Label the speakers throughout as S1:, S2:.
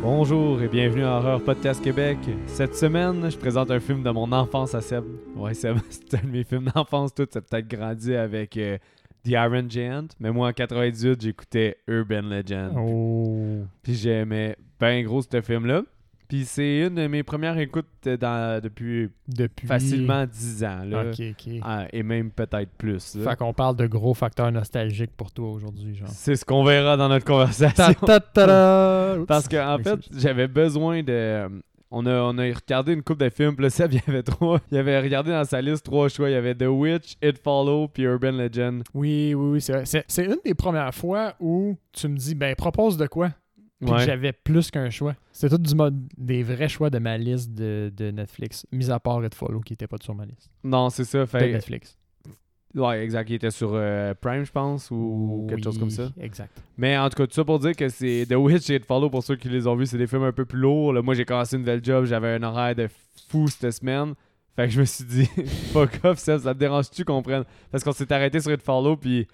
S1: Bonjour et bienvenue à Horreur Podcast Québec. Cette semaine, je présente un film de mon enfance à Seb. Ouais, Seb, c'est un de mes films d'enfance. Tout, t'as peut-être grandi avec euh, The Iron Giant, mais moi en 98, j'écoutais Urban Legend.
S2: Oh.
S1: Puis j'aimais ben gros ce film-là. Puis c'est une de mes premières écoutes euh, dans- depuis
S2: Depuis.
S1: facilement 10 ans. Là.
S2: Ok, ok.
S1: Ah, et même peut-être plus. là.
S2: Fait qu'on parle de gros facteurs nostalgiques pour toi aujourd'hui, genre.
S1: C'est ce qu'on verra dans notre conversation.
S2: Ta- ta- ta- ta- Oups.
S1: Parce qu'en fait,
S2: Excuse.
S1: j'avais besoin de. euh, On a, on a regardé une coupe de films, puis là, Seb, il y avait trois. Il avait regardé dans sa liste trois choix. Il y avait The Witch, It Follow, puis Urban Legend.
S2: Oui, oui, oui, c'est vrai. C'est c'est une des premières fois où tu me dis, ben, propose de quoi? Puis que
S1: Ouais.
S2: j'avais plus qu'un choix. C'est tout du mode des vrais choix de ma liste de, de Netflix, mis à part Red Follow qui était pas sur ma liste.
S1: Non, c'est ça.
S2: De
S1: Fait,
S2: Netflix.
S1: ouais, exact. Il était sur euh, Prime, je pense, ou quelque chose comme ça.
S2: Oui, Exact.
S1: Mais en tout cas, tout ça pour dire que c'est The Witch et It Follow, pour ceux qui les ont vus, c'est des films un peu plus lourds. là. moi, j'ai commencé une nouvelle job, j'avais un horaire de fou cette semaine. Fait que je me suis dit, fuck off, Seb, ça te dérange-tu qu'on prenne Parce qu'on s'est arrêté sur It Follow, puis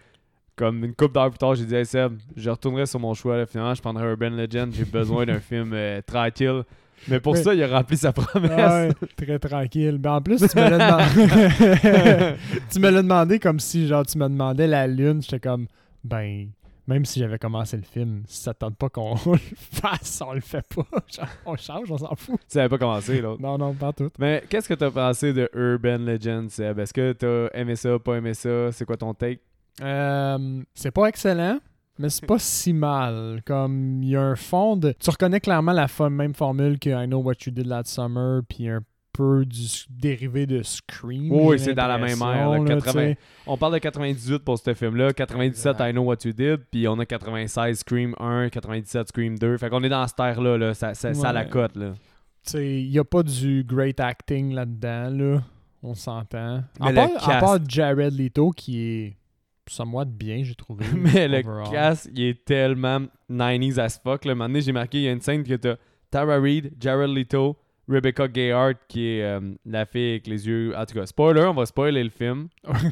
S1: comme une couple d'heures plus tard, j'ai dit, hey Seb, je retournerai sur mon choix. là. Finalement, je prendrai Urban Legend, j'ai besoin d'un film euh, tranquille. Mais pour
S2: Oui.
S1: ça, il a rempli sa promesse.
S2: très tranquille. Ben, en plus, tu me l'as demandé. tu me l'as demandé comme si, genre, tu me demandais la lune. J'étais comme, ben, même si j'avais commencé le film, si ça te tente pas qu'on le fasse, on le fait pas. Genre, on change, on s'en fout.
S1: tu n'avais pas commencé, l'autre.
S2: Non, non, pas tout.
S1: Mais qu'est-ce que t'as pensé de Urban Legend, Seb? Est-ce que t'as aimé ça, pas aimé ça? C'est quoi ton take?
S2: Euh, c'est pas excellent, mais c'est pas si mal. Comme, il y a un fond de. Tu reconnais clairement la fo- même formule que I Know What You Did Last Summer, puis un peu du s- dérivé de Scream.
S1: Oui,
S2: j'ai
S1: c'est dans la même
S2: l'impression,
S1: ère, là,
S2: là, tu
S1: 80.
S2: sais.
S1: On parle de 98 pour ce film-là, 97
S2: Exact.
S1: I Know What You Did, puis on a 96 Scream 1, 97 Scream 2. Fait qu'on est dans cette ère-là, là. Ça, ça, ça
S2: Ouais.
S1: la cote. Là.
S2: Tu sais, il n'y a pas du great acting là-dedans, là. On s'entend. À
S1: Mais
S2: part,
S1: le
S2: à part Jared Leto, qui est somewhat bien, j'ai trouvé.
S1: Mais le
S2: overall.
S1: cast, il est tellement 90s as fuck. Là. Un moment donné, j'ai marqué, il y a une scène que t'as Tara Reid, Jared Leto, Rebecca Gayheart, qui est euh, la fille avec les yeux. En tout cas, spoiler, on va spoiler le film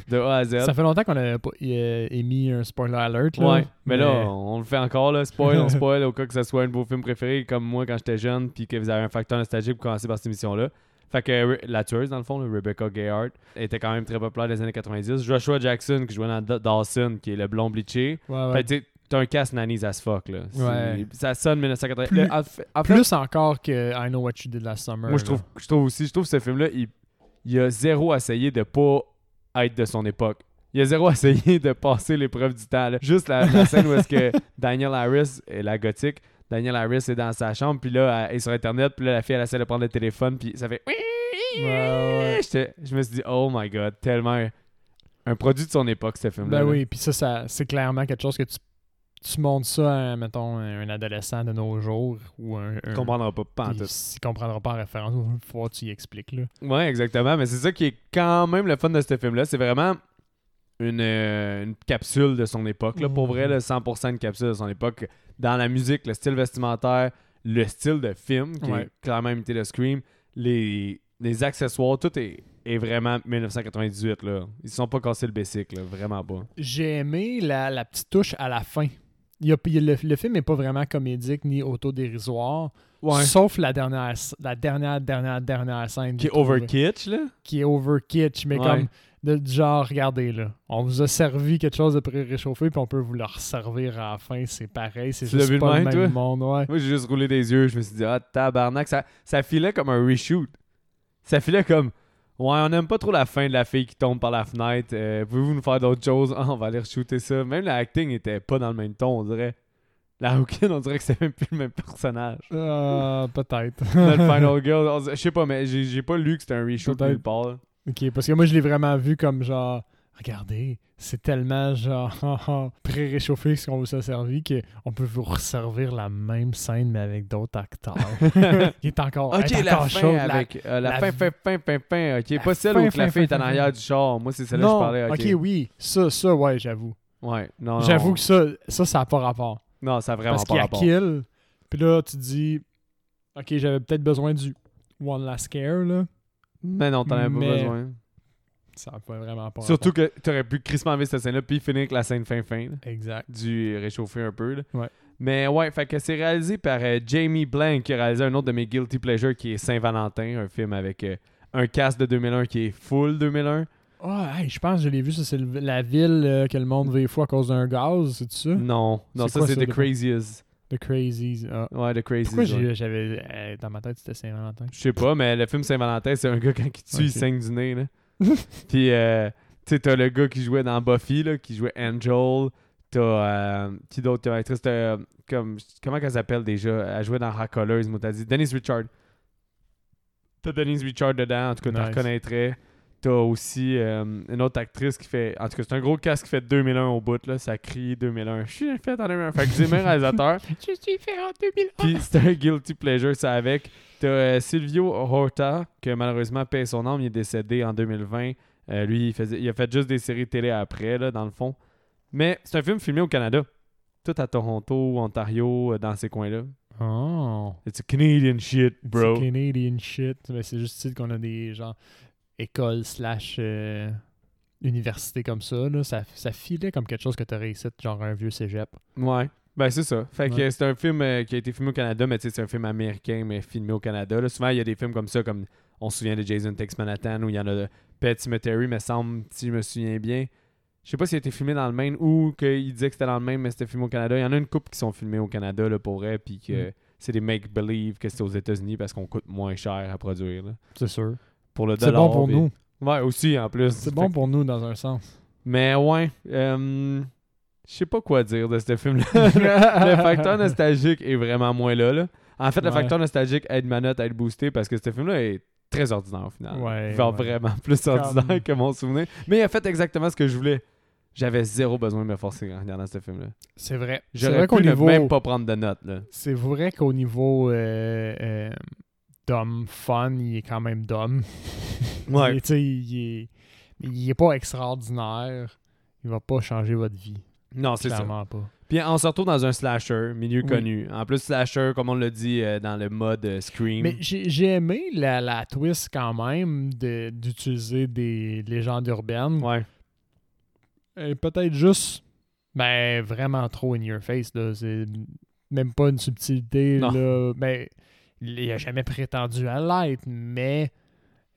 S1: de A à Z.
S2: Ça fait longtemps qu'on n'avait pas euh, émis un spoiler alert, là.
S1: Ouais, mais là, on le fait encore, là. Spoil, on spoil, au cas que ce soit un de vos films préférés, comme moi quand j'étais jeune, puis que vous avez un facteur nostalgique pour commencer par cette émission-là. Fait que euh, la tueuse, dans le fond, là, Rebecca Gayheart, était quand même très populaire des années 90. Joshua Jackson, qui jouait dans Da- Dawson, qui est le blond bleaché.
S2: Ouais, ouais.
S1: Fait que tu sais, t'as un cast nannies as fuck, là. C'est-
S2: Ouais.
S1: Ça sonne 1980.
S2: Plus-
S1: Le- en fait- en fait,
S2: Plus encore que I Know What You Did Last Summer.
S1: moi, je trouve,
S2: là.
S1: je trouve aussi, je trouve que ce film-là, il, il a zéro essayé de pas être de son époque. Il a zéro essayé de passer l'épreuve du temps. là. Juste la, la scène où est-ce que Daniel Harris est la gothique. Daniel Harris est dans sa chambre, puis là, elle est sur Internet, puis là, la fille, elle essaie de prendre le téléphone, puis ça fait...
S2: ouais.
S1: J'étais- Je me suis dit, oh my God, tellement un, un produit de son époque, ce film-là.
S2: Ben
S1: là.
S2: oui, puis ça, ça c'est clairement quelque chose que tu, tu montres ça à, mettons, un adolescent de nos jours ou un.
S1: Tu
S2: un-
S1: comprendras pas, pas en
S2: puis
S1: tout.
S2: S'il comprendra pas la référence, il faut que tu y expliques, là.
S1: Ouais, exactement. Mais c'est ça qui est quand même le fun de ce film-là. C'est vraiment une, euh, une capsule de son époque. Là. Pour vrai,
S2: Mhm.
S1: là, 100% une capsule de son époque. Dans la musique, le style vestimentaire, le style de film, qui est
S2: Ouais.
S1: clairement imité de Scream, les, les accessoires, tout est, est vraiment 1998. Là. Ils se sont pas cassés le basic, là. vraiment pas.
S2: J'ai aimé la, la petite touche à la fin. Il y a- il y a- le, le film n'est pas vraiment comédique ni autodérisoire, sauf la dernière, sc- la dernière, dernière, dernière scène.
S1: Qui est
S2: j'ai trouvé,
S1: overkitsch, là.
S2: Qui est over kitsch, mais
S1: Ouais.
S2: comme de, du genre, regardez là, on vous a servi quelque chose de pré-réchauffé, puis on peut vous le resservir à la fin, c'est pareil, c'est
S1: Tu l'as vu
S2: juste
S1: le
S2: pas le
S1: même,
S2: même
S1: toi?
S2: monde. Ouais.
S1: Moi, j'ai juste roulé des yeux. Je me suis dit, ah, tabarnak. Ça, ça filait comme un reshoot. Ça filait comme, ouais, on n'aime pas trop la fin de la fille qui tombe par la fenêtre. Euh, Pouvez-vous nous faire d'autres choses? Ah, on va aller re-shooter ça. Même la acting était pas dans le même ton, on dirait. La Hawkins, on dirait que c'est même plus le même personnage.
S2: Euh, Peut-être.
S1: Dans le Final Girl, on dirait- je sais pas, mais j'ai j'ai pas lu que c'était un reshoot
S2: Peut-être.
S1: nulle part.
S2: Ok, parce que moi, je l'ai vraiment vu comme genre, regardez, c'est tellement genre pré-réchauffé ce qu'on vous a servi qu'on peut vous resservir la même scène mais avec d'autres acteurs. Il est encore,
S1: Ok,
S2: Oh, elle est
S1: la
S2: encore
S1: fin
S2: chaude, la-
S1: avec. euh, La,
S2: la-
S1: fin, fin, fin, fin, fin. Ok,
S2: La
S1: pas celle
S2: fin,
S1: où que la
S2: fin,
S1: fille est
S2: fin,
S1: en
S2: fin,
S1: arrière
S2: fin.
S1: du char. Moi, c'est celle-là que je
S2: non,
S1: parlais.
S2: ok,
S1: Ok,
S2: oui, ça, ça, ouais, j'avoue.
S1: Ouais, non, non.
S2: J'avoue que ça, ça, ça n'a pas rapport.
S1: Non, ça a vraiment
S2: Parce
S1: pas
S2: qu'il y a
S1: rapport.
S2: kill, puis là, tu dis, ok, j'avais peut-être besoin du one last scare, là.
S1: Mais non, t'en avais pas
S2: Mais-
S1: besoin.
S2: Ça n'a pas vraiment pas
S1: Surtout
S2: rapport.
S1: que t'aurais pu crissement enlever cette scène-là puis finir avec la scène fin-fin là,
S2: Exact.
S1: du réchauffer un peu. là.
S2: Ouais.
S1: Mais ouais, fait que c'est réalisé par euh, Jamie Blank qui a réalisé un autre de mes Guilty Pleasure qui est Saint-Valentin, un film avec euh, un cast de 2001 qui est full 2001.
S2: Ah, hey, je pense que je l'ai vu, ça, c'est le- la ville euh, que le monde veut fois à cause d'un gaz, c'est ça?
S1: Non, non,
S2: C'est
S1: ça
S2: quoi
S1: c'est
S2: ça,
S1: The
S2: de-
S1: Craziest.
S2: The Crazies. Ah.
S1: Ouais, The Craziest.
S2: Pourquoi
S1: ouais.
S2: j'ai- j'avais. euh, dans ma tête, c'était Saint-Valentin.
S1: Je sais pas, mais le film Saint-Valentin, c'est un gars quand il tue, il
S2: Ok.
S1: saigne du nez. Là. Puis, euh, tu sais, t'as le gars qui jouait dans Buffy, là, qui jouait Angel. T'as. Euh, qui d'autre T'as l'actrice, t'as, euh, comme, comment qu'elle s'appelle déjà Elle jouait dans Racoleuse, moi, t'as dit. Denise Richard. T'as Denise Richard dedans, en tout cas, t'en
S2: Nice.
S1: reconnaîtrais. T'as aussi euh, une autre actrice qui fait. En tout cas, c'est un gros casque qui fait 2001 au bout, là. Ça crie 2001. Je suis fait en 2001. Fait que c'est le même réalisateur.
S2: Je suis fait en 2001.
S1: Puis c'était un guilty pleasure, ça avec. T'as euh, Silvio Horta, que malheureusement paie son âme, il est décédé en 2020. Euh, lui, il, faisait, il a fait juste des séries télé après, là, dans le fond. Mais c'est un film filmé au Canada. Tout à Toronto, Ontario, euh, dans ces coins-là.
S2: Oh.
S1: It's a Canadian shit, bro.
S2: C'est Canadian shit. Mais c'est juste ici qu'on a des genre écoles slash euh, universités comme ça, là. ça. Ça filait comme quelque chose que t'aurais ici, genre un vieux cégep.
S1: Ouais. Ben, c'est ça. Fait que
S2: Ouais.
S1: euh, c'est un film euh, qui a été filmé au Canada, mais tu sais, c'est un film américain, mais filmé au Canada. là. Souvent, il y a des films comme ça, comme on se souvient de Jason Takes Manhattan, où il y en a de Pet Cemetery, mais semble, si je me souviens bien. Je sais pas s'il a été filmé dans le Maine ou qu'il disait que c'était dans le Maine, mais c'était filmé au Canada. Il y en a une couple qui sont filmés au Canada, là, pour vrai, puis que
S2: Mm.
S1: c'est des make-believe que c'est aux États-Unis parce qu'on coûte moins cher à produire. là.
S2: C'est sûr.
S1: Pour le
S2: C'est
S1: dollar,
S2: bon pour
S1: puis-
S2: nous.
S1: Ouais, aussi, en plus.
S2: C'est
S1: Fait
S2: bon pour nous dans un sens.
S1: mais ouais, euh, je sais pas quoi dire de ce film-là. le facteur nostalgique est vraiment moins là. là. En fait, le
S2: Ouais.
S1: facteur nostalgique aide ma note à être boostée parce que ce film-là est très ordinaire au final.
S2: Ouais,
S1: Genre
S2: ouais.
S1: vraiment plus
S2: Comme-
S1: ordinaire que mon souvenir. Mais il a fait exactement ce que je voulais. J'avais zéro besoin de me forcer en regardant ce film-là.
S2: C'est vrai. C'est
S1: J'aurais
S2: vrai
S1: pu
S2: qu'on
S1: ne
S2: niveau...
S1: même pas prendre de notes. Là.
S2: C'est vrai qu'au niveau euh, euh, d'homme fun, il est quand même d'homme.
S1: Ouais.
S2: Il est- tu sais, il est, il est pas extraordinaire. Il va pas changer votre vie.
S1: Non, c'est ça.
S2: Clairement pas.
S1: Puis on se retrouve dans un slasher, milieu
S2: Oui.
S1: connu. En plus, slasher, comme on le dit euh, dans le mode euh, Scream.
S2: Mais j'ai j'ai aimé la, la twist quand même de- d'utiliser des légendes urbaines.
S1: Ouais.
S2: Et Euh, Peut-être juste, ben vraiment trop in your face. là. C'est même pas une subtilité.
S1: Non.
S2: Là. Ben, il a jamais prétendu à l'être, mais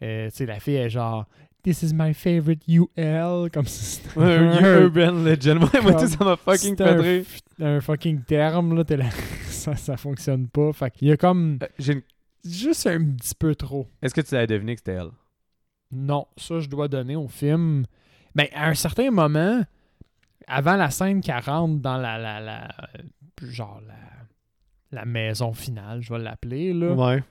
S2: euh, tu sais, la fille est genre This is my favorite UL. Comme si c'était
S1: Ouais,
S2: un-
S1: Urban Legend. Ouais, moi, tout
S2: Comme-
S1: ça m'a fucking
S2: c'était un
S1: pédré.
S2: un fucking terme. Là, t'es là- ça, ça fonctionne pas. Fait qu'il y a comme
S1: Euh, j'ai une-
S2: juste un petit peu trop.
S1: Est-ce que tu l'avais deviné que c'était elle?
S2: Non, ça, je dois donner au film. Mais à un certain moment, avant la scène 40 dans la. la, la euh, genre la, la maison finale, je vais l'appeler, là.
S1: Ouais.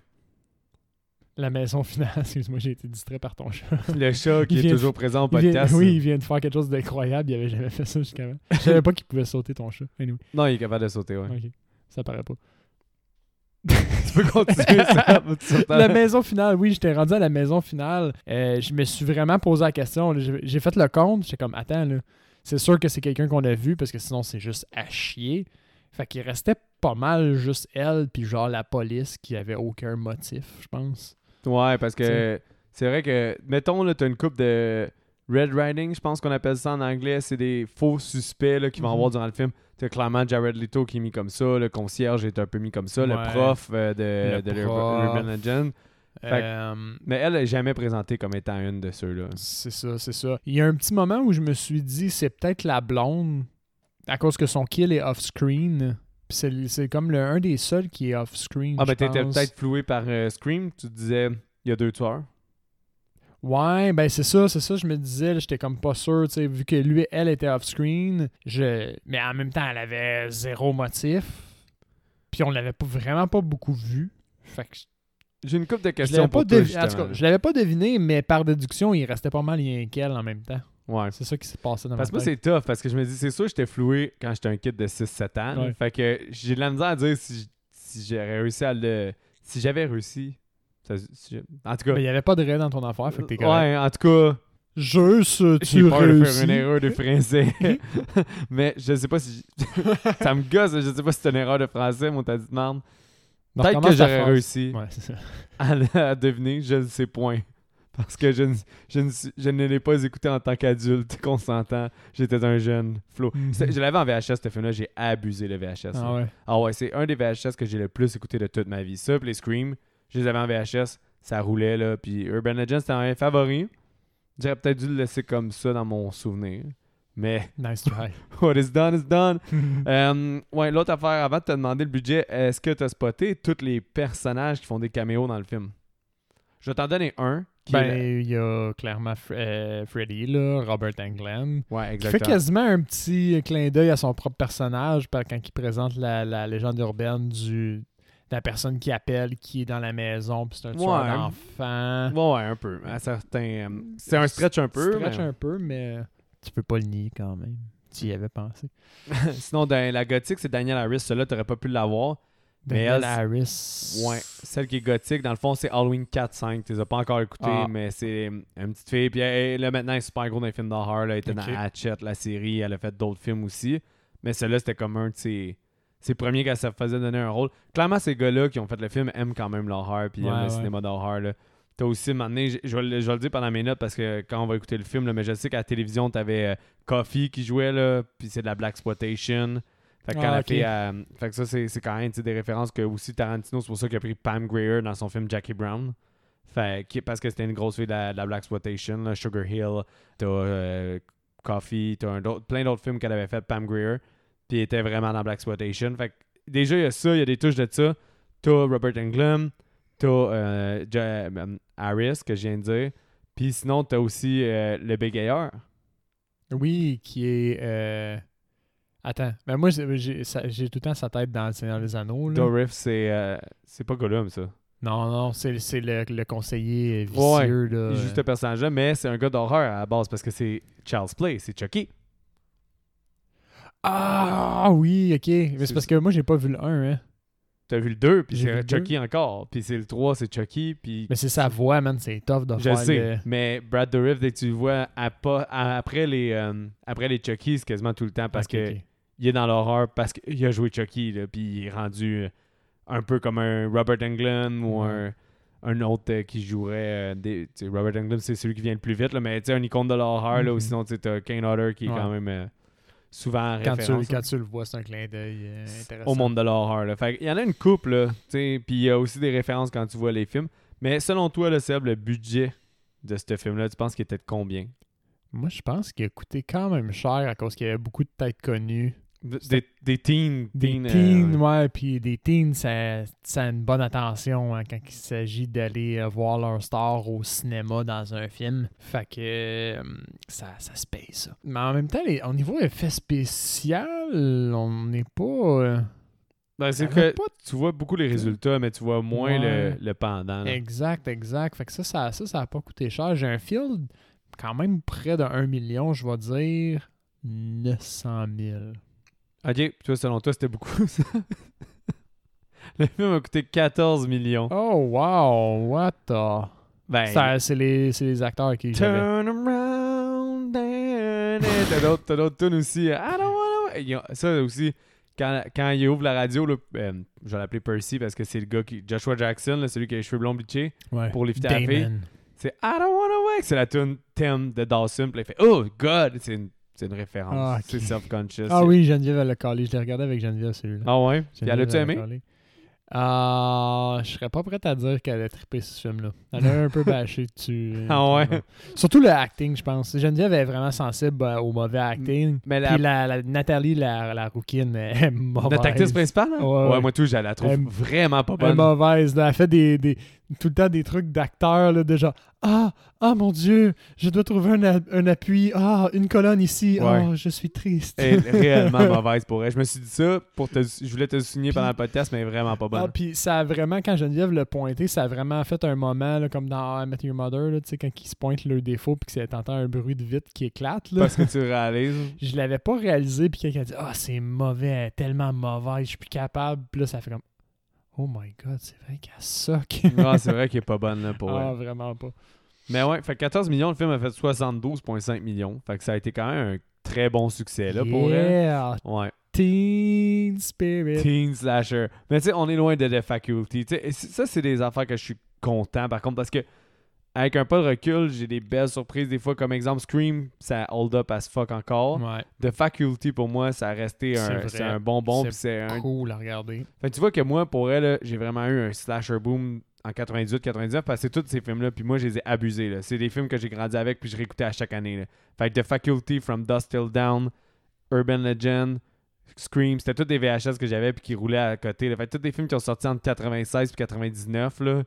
S2: La maison finale, excuse-moi, j'ai été distrait par ton chat.
S1: Le chat qui
S2: Il
S1: est
S2: vient-
S1: toujours présent au
S2: Il vient-
S1: podcast.
S2: oui, il vient de faire quelque chose d'incroyable, il avait jamais fait ça jusqu'avant. Je savais pas qu'il pouvait sauter ton chat. Anyway,
S1: Non, il est capable de sauter, ouais.
S2: ok, ça paraît pas.
S1: tu peux continuer ça. tu sautes-
S2: la maison finale, oui, j'étais rendu à la maison finale. Euh, je me suis vraiment posé la question. là. J'ai j'ai fait le compte. J'étais comme, attends, là, c'est sûr que c'est quelqu'un qu'on a vu parce que sinon, c'est juste à chier. Fait qu'il restait pas mal juste elle, puis genre la police qui avait aucun motif, je pense.
S1: Ouais, parce que c'est vrai que, mettons, là, t'as une coupe de Red Riding, je pense qu'on appelle ça en anglais. C'est des faux suspects là, qui vont
S2: Mhm.
S1: avoir durant le film. T'as clairement Jared Leto qui est mis comme ça, le concierge est un peu mis comme ça, le
S2: Ouais.
S1: prof euh, de,
S2: Le
S1: de l'Ur-
S2: prof.
S1: Urban Legend. Fait que-
S2: Euh,
S1: Mais elle est jamais présentée comme étant une de ceux-là.
S2: C'est ça, c'est ça. Il y a un petit moment où je me suis dit, c'est peut-être la blonde, à cause que son kill est off-screen. Puis c'est- C'est comme le, un des seuls qui est off-screen.
S1: Ah, ben
S2: je
S1: t'étais
S2: pense.
S1: peut-être floué par euh, Scream, tu te disais, il y a deux tueurs.
S2: Ouais, ben c'est ça, c'est ça, je me disais, là, j'étais comme pas sûr, tu sais, vu que lui, elle était off-screen, je... mais en même temps, elle avait zéro motif, puis on l'avait pas, vraiment pas beaucoup vu, fait que je-
S1: J'ai une coupe de
S2: je
S1: questions
S2: l'avais
S1: pour
S2: pas,
S1: toi,
S2: devi- en tout
S1: justement,
S2: cas,
S1: là.
S2: je l'avais pas deviné, mais par déduction, il restait pas mal rien qu'elle en même temps,
S1: Ouais.
S2: c'est ça qui s'est passé dans
S1: Parce que
S2: ma
S1: moi,
S2: tête.
S1: c'est tough, parce que je me dis, c'est sûr, j'étais floué quand j'étais un kid de 6-7 ans. là.
S2: Ouais.
S1: Fait que j'ai de la misère à dire si, j- si j'aurais réussi à le. Si j'avais réussi. ça- si j'ai- en tout cas.
S2: Mais il y avait pas de raid dans ton affaire, fait que t'es correct.
S1: ouais, en tout cas,
S2: Juste, euh,
S1: j'ai
S2: tu
S1: peur de faire
S2: réussis.
S1: une erreur de français. Mais je sais pas si. j- ça me gosse, je sais pas si c'est une erreur de français, mon t'as dit de merde.
S2: Non,
S1: Peut-être
S2: recommence
S1: que
S2: ta
S1: j'aurais
S2: phrase.
S1: réussi
S2: Ouais, c'est ça.
S1: à, le- à deviner, je ne sais point. Parce que je ne, je ne, suis- je ne l'ai pas écouté en tant qu'adulte, consentant. J'étais un jeune Flo.
S2: Mhm.
S1: C'est- Je l'avais en VHS, ce film-là. J'ai abusé le VHS. là.
S2: Ah ouais.
S1: Ah ouais, c'est un des VHS que j'ai le plus écouté de toute ma vie. Ça, puis les Scream, je les avais en VHS, ça roulait là. Puis Urban Legends, c'était un favori. J'aurais peut-être dû le laisser comme ça dans mon souvenir. Mais
S2: Nice try.
S1: what is done is done. Euh, ouais, l'autre affaire, avant de te demander le budget, est-ce que tu as spoté tous les personnages qui font des caméos dans le film Je vais t'en donner un. Qui est
S2: ben, il y a clairement Fre- euh, Freddy, là, Robert Englund.
S1: le- Ouais,
S2: Qui fait
S1: exactement.
S2: quasiment un petit clin d'œil à son propre personnage par- quand il présente la, la légende urbaine du, de la personne qui appelle, qui est dans la maison, puis c'est un tueur
S1: Ouais.
S2: d'enfants.
S1: Ouais, ouais, un peu. À certains, euh, c'est un stretch un peu.
S2: Stretch
S1: mais-
S2: un peu, mais tu peux pas le nier quand même. Tu y avais pensé.
S1: Sinon, dans la gothique, c'est Daniel Harris. Celui-là, t'aurais pas pu l'avoir. Mais
S2: Daniel
S1: elle,
S2: Harris.
S1: Ouais, celle qui est gothique, dans le fond, c'est Halloween 4-5. Tu les as pas encore écouté,
S2: Ah.
S1: mais c'est une petite fille. Puis elle- là, maintenant, elle est super gros dans les films d'horreur. là. Elle était
S2: Ok.
S1: dans Hatchet, la série. Elle a fait d'autres films aussi. Mais celle-là, c'était comme un de ses, ses premiers qu'elle se faisait donner un rôle. Clairement, ces gars-là qui ont fait le film aiment quand même l'horreur. Puis ils
S2: Ouais,
S1: aiment le
S2: ouais.
S1: cinéma d'horreur. là. T'as aussi, maintenant, je je vais le je vais le dire pendant mes notes parce que quand on va écouter le film, là, mais je sais qu'à la télévision, t'avais euh, Coffee qui jouait, là, puis c'est de la Black Exploitation. Fait que quand
S2: Ah,
S1: la
S2: ok.
S1: fille, euh, fait que ça, c'est c'est quand même tu sais, des références que aussi Tarantino, c'est pour ça qu'il a pris Pam Grier dans son film Jackie Brown. Fait que- parce que c'était une grosse fille de la, de la Black Exploitation, là, Sugar Hill, t'as euh, Coffee, t'as un autre- plein d'autres films qu'elle avait fait, Pam Grier, puis elle était vraiment dans Black Exploitation. Fait que déjà, il y a ça, il y a des touches de ça. T'as Robert Englund, t'as euh, Ja- euh, Harris, que je viens de dire. Puis sinon, t'as aussi euh, le bégayeur.
S2: Oui, qui est. euh, Attends, mais moi j'ai- j'ai ça- j'ai tout le temps sa tête dans Le Seigneur des Anneaux. Là.
S1: Dorif, c'est euh, c'est pas Gollum, ça.
S2: Non, non, c'est c'est le, le conseiller
S1: Ouais,
S2: vicieux. là.
S1: Il joue ce personnage-là, mais c'est un gars d'horreur à la base parce que c'est Charles Play, c'est Chucky.
S2: Ah oui, ok. Mais
S1: C'est-
S2: c'est parce que moi j'ai pas vu le 1. Hein.
S1: T'as vu le 2, puis
S2: J'ai vu
S1: c'est
S2: le deux.
S1: Chucky encore. Puis c'est le 3, c'est Chucky. Puis
S2: Mais c'est sa voix, man, c'est tough de
S1: je
S2: faire
S1: sais,
S2: le-
S1: mais Brad Dourif, dès que tu le vois à pas- à- après, les, euh, après les Chucky, c'est quasiment tout le temps parce
S2: Ok,
S1: que
S2: ok.
S1: il est dans l'horreur parce qu'il a joué Chucky, là, puis il est rendu euh, un peu comme un Robert Englund ou un, un autre euh, qui jouerait. euh, des- tu sais, Robert Englund, c'est celui qui vient le plus vite, là, mais tu sais, un icône de l'horreur, là, ou
S2: Mhm.
S1: sinon, tu sais, t'as Kane Hodder qui est
S2: Ouais.
S1: quand même euh, souvent en
S2: Quand
S1: référence,
S2: tu, quand tu le vois, c'est un clin d'œil euh, intéressant.
S1: au monde de l'horreur. là. Fait qu'il y en a une couple, là, tu sais, puis il y a aussi des références quand tu vois les films. Mais selon toi, le Seb, le budget de ce film-là, tu penses qu'il était de combien
S2: Moi je pense qu'il a coûté quand même cher à cause qu'il y avait beaucoup de têtes connues.
S1: Des, des teens.
S2: Des
S1: teens, euh,
S2: teens, ouais, puis des teens, ça, ça a une bonne attention hein, quand il s'agit d'aller euh, voir leur star au cinéma dans un film. Fait que euh, ça, ça se paye, ça. Mais en même temps, les- au niveau effet spécial, on n'est pas. euh,
S1: ben, c'est
S2: Ça va
S1: que tu vois beaucoup les résultats, mais tu vois moins
S2: Ouais.
S1: le, le pendant. là.
S2: Exact, exact. Fait que ça, ça, ça, ça a pas coûté cher. J'ai un field quand même près de 1 million, je vais dire 900 000.
S1: Ok, toi, selon toi, c'était beaucoup ça. Le film a coûté 14 millions.
S2: Oh, wow, what the...
S1: Ben,
S2: Ça, C'est les, c'est les acteurs qui j'avais.
S1: Turn around. and- and- T'as d'autres, t'as d'autres tunes aussi. euh, I don't wanna- Ils ont- Ça aussi, quand, quand il ouvre la radio, là, euh, je vais l'appeler Percy parce que c'est le gars qui. Joshua Jackson, là, celui qui a les cheveux blonds bleachés,
S2: Ouais.
S1: pour lifter la fille.
S2: Damon.
S1: C'est I don't wanna wake. C'est la tune thème de Dawson. Puis il fait Oh God. C'est une, c'est une référence.
S2: Ah, ok.
S1: C'est self-conscious.
S2: Ah
S1: c'est-
S2: oui, Geneviève, elle l'a collé. Je l'ai regardé avec Geneviève, celui-là.
S1: Ah ouais. Puis
S2: Geneviève,
S1: elle a-tu
S2: elle l'a
S1: aimé
S2: collé. Euh, je serais pas prête à dire qu'elle a trippé ce film-là. Elle a un peu bâché dessus. euh,
S1: Ah ouais?
S2: Surtout le acting, je pense. Geneviève est vraiment sensible euh, au mauvais acting.
S1: Mais la,
S2: Puis la, la- Nathalie, la, la rouquine, elle est mauvaise.
S1: notre actrice principale, hein? là?
S2: Ouais, ouais.
S1: moi tout, je la trouve
S2: Elle-
S1: vraiment pas
S2: Elle est
S1: bonne.
S2: mauvaise. là. Elle fait des, des- tout le temps des trucs d'acteur, là, de genre Ah, ah mon Dieu, je dois trouver un, a- un appui. Ah, une colonne ici.
S1: Ouais.
S2: Ah, je suis triste.
S1: Elle est réellement mauvaise pour elle. Je me suis dit ça pour te, je voulais te le souligner pendant le podcast, mais elle est vraiment pas
S2: Ah,
S1: bonne.
S2: puis ça a vraiment, quand Geneviève l'a pointé, ça a vraiment fait un moment, là, comme dans How I Met Your Mother, là, tu sais, quand ils se pointent le défaut, puis que ça- t'entends un bruit de vitre qui éclate. Là.
S1: Parce que tu réalises.
S2: Je l'avais pas réalisé, puis quelqu'un a dit Ah, c'est mauvais, elle est tellement mauvaise, je suis plus capable. Puis là, ça fait comme Oh my god, c'est vrai qu'elle soque.
S1: Ah, c'est vrai qu'elle est pas bonne là, pour
S2: Ah,
S1: elle.
S2: vraiment pas.
S1: Mais ouais, fait 14 millions, le film a fait 72,5 millions. Fait que ça a été quand même un très bon succès là, pour elle.
S2: Yeah,
S1: Ouais.
S2: Teen Spirit.
S1: Teen slasher. Mais tu sais, on est loin de The Faculty. Tu sais, et c- ça, c'est des affaires que je suis content par contre parce que avec un pas de recul, j'ai des belles surprises. Des fois, comme exemple, Scream, ça hold up as fuck encore.
S2: Ouais.
S1: The Faculty, pour moi, ça a resté
S2: C'est
S1: un,
S2: vrai.
S1: c'est un bonbon.
S2: C'est
S1: puis C'est un...
S2: Cool à regarder.
S1: Fait que tu vois que moi, pour elle, j'ai vraiment eu un slasher boom en 98-99 parce que c'est tous ces films-là, puis moi, je les ai abusés. là. C'est des films que j'ai grandi avec, puis je réécoutais à chaque année. là. Fait que The Faculty, From Dust Till Down, Urban Legend, Scream, c'était tous des VHS que j'avais, puis qui roulaient à côté. là. Fait que tous des films qui ont sorti entre 96 et 99, là,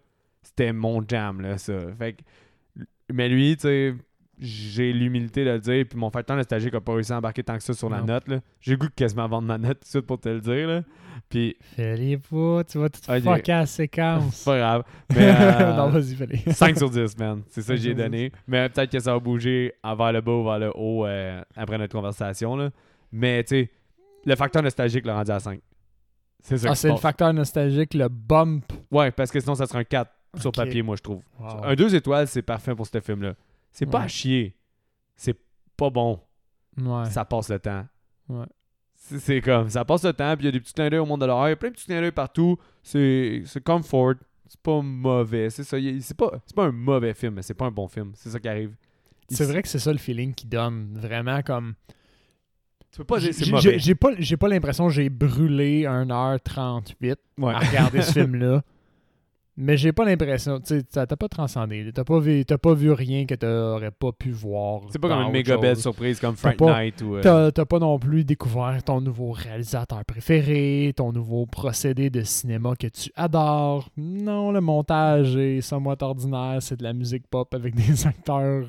S1: c'était mon jam, là, ça. Fait que... Mais lui, tu sais, j'ai l'humilité de le dire, puis mon facteur nostalgique a pas réussi à embarquer tant que ça sur la
S2: Non.
S1: note, là. J'ai le goût de quasiment vendre ma note tout de suite pour te le dire, là. Puis
S2: Fais-les pas, tu vas tout
S1: Ok.
S2: fucker la séquence.
S1: c'est pas grave. Mais, euh,
S2: non, vas-y, fais-les.
S1: 5 sur 10, man. C'est ça que
S2: 5
S1: j'ai
S2: sur 10.
S1: donné. Mais peut-être que ça va bouger envers le bas ou vers le haut euh, après notre conversation. Là. Mais tu sais, le facteur nostalgique l'a rendu à 5. C'est ça
S2: Ah,
S1: qui se
S2: c'est le
S1: passe.
S2: facteur nostalgique, le bump.
S1: Ouais, parce que sinon, ça serait un 4 sur
S2: Ok.
S1: papier, moi, je trouve.
S2: Wow.
S1: Un 2 étoiles, c'est parfait pour ce film-là. C'est pas
S2: Ouais.
S1: à chier. C'est pas bon.
S2: Ouais.
S1: Ça passe le temps.
S2: Ouais.
S1: C'est c'est comme, ça passe le temps, puis il y a des petits clins d'œil au monde de l'horreur, il y a plein de petits clins d'œil partout. C'est c'est comfort, c'est pas mauvais, c'est ça. Il- C'est pas, c'est pas un mauvais film, mais c'est pas un bon film. C'est ça qui arrive. Il-
S2: C'est vrai que c'est ça le feeling qui donne. Vraiment comme.
S1: Tu peux pas dire que c'est
S2: J'ai-
S1: mauvais.
S2: j'ai- J'ai pas, j'ai pas l'impression que j'ai brûlé 1h38
S1: Ouais.
S2: à regarder ce film-là. Mais j'ai pas l'impression. Tu sais, t'as t'as pas transcendé. là. T'as pas, vu- t'as pas vu rien que t'aurais pas pu voir.
S1: C'est pas comme
S2: dans
S1: une
S2: autre
S1: méga belle
S2: chose.
S1: surprise comme
S2: T'as
S1: Fright
S2: pas-
S1: Night ou. euh,
S2: T'as t'as pas non plus découvert ton nouveau réalisateur préféré, ton nouveau procédé de cinéma que tu adores. Non, le montage est somewhat ordinaire. C'est de la musique pop avec des acteurs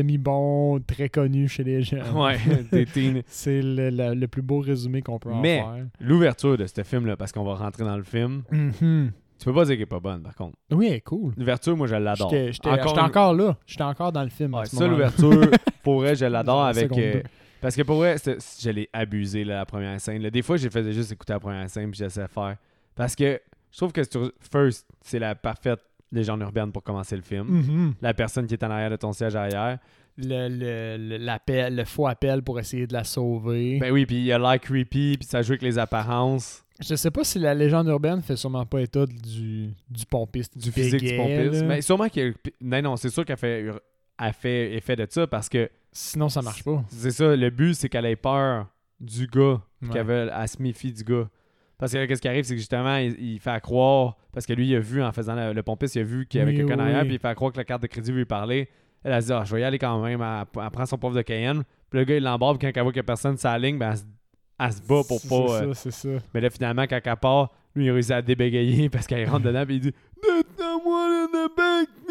S2: semi-bons, très connus chez les gens.
S1: Ouais, des teens.
S2: C'est le, la- le plus beau résumé qu'on peut en
S1: Mais-
S2: faire.
S1: L'ouverture de ce film-là, parce qu'on va rentrer dans le film,
S2: Mhm.
S1: tu peux pas dire qu'elle est pas bonne, par contre.
S2: Oui, elle est cool.
S1: L'ouverture, moi, je l'adore.
S2: J'étais j'étais-
S1: Encore
S2: j'étais
S1: une-
S2: encore là. J'étais encore dans le film. à
S1: Ouais,
S2: ce
S1: ça,
S2: moment-là.
S1: l'ouverture, pour vrai, je l'adore
S2: Genre,
S1: avec.
S2: seconde
S1: euh,
S2: deux.
S1: parce que pour vrai, c'est- je l'ai abusé, là, la première scène. là. Des fois, j'ai faisais juste écouter la première scène, puis j'essayais de faire. Parce que je trouve que sur First, c'est la parfaite légende urbaine pour commencer le film.
S2: Mhm.
S1: La personne qui est en arrière de ton siège arrière.
S2: Le, le, le- l'appel- le faux appel pour essayer de la sauver.
S1: Ben oui, puis il y a l'air creepy, puis ça joue avec les apparences.
S2: Je sais pas si la légende urbaine fait sûrement pas état du, du pompiste.
S1: du physique du
S2: béguet,
S1: pompiste.
S2: là.
S1: Mais sûrement qu'il Non, non, c'est sûr qu'elle fait, elle fait effet de ça parce que
S2: Sinon, ça marche pas.
S1: c'est ça, le but, c'est qu'elle ait peur du gars, puis
S2: Ouais.
S1: qu'elle veuille- elle se méfie du gars. Parce que qu'est-ce qui arrive, c'est que justement, il, il fait à croire, parce que lui, il a vu en faisant le, le pompiste, il a vu qu'il y avait
S2: Oui,
S1: quelqu'un
S2: oui,
S1: derrière,
S2: oui.
S1: puis il fait à croire que la carte de crédit veut lui parler. Elle a dit, ah, je vais y aller quand même, elle, elle prend son pauvre de Cayenne, puis le gars, il l'embarque, puis quand elle voit que personne s'aligne, ben, elle, se- elle se bat pour
S2: C'est-
S1: pas.
S2: C'est
S1: euh,
S2: ça, c'est ça.
S1: mais là, finalement, quand elle part, lui, il réussit à débégayer parce qu'elle rentre dedans et il dit Détends-moi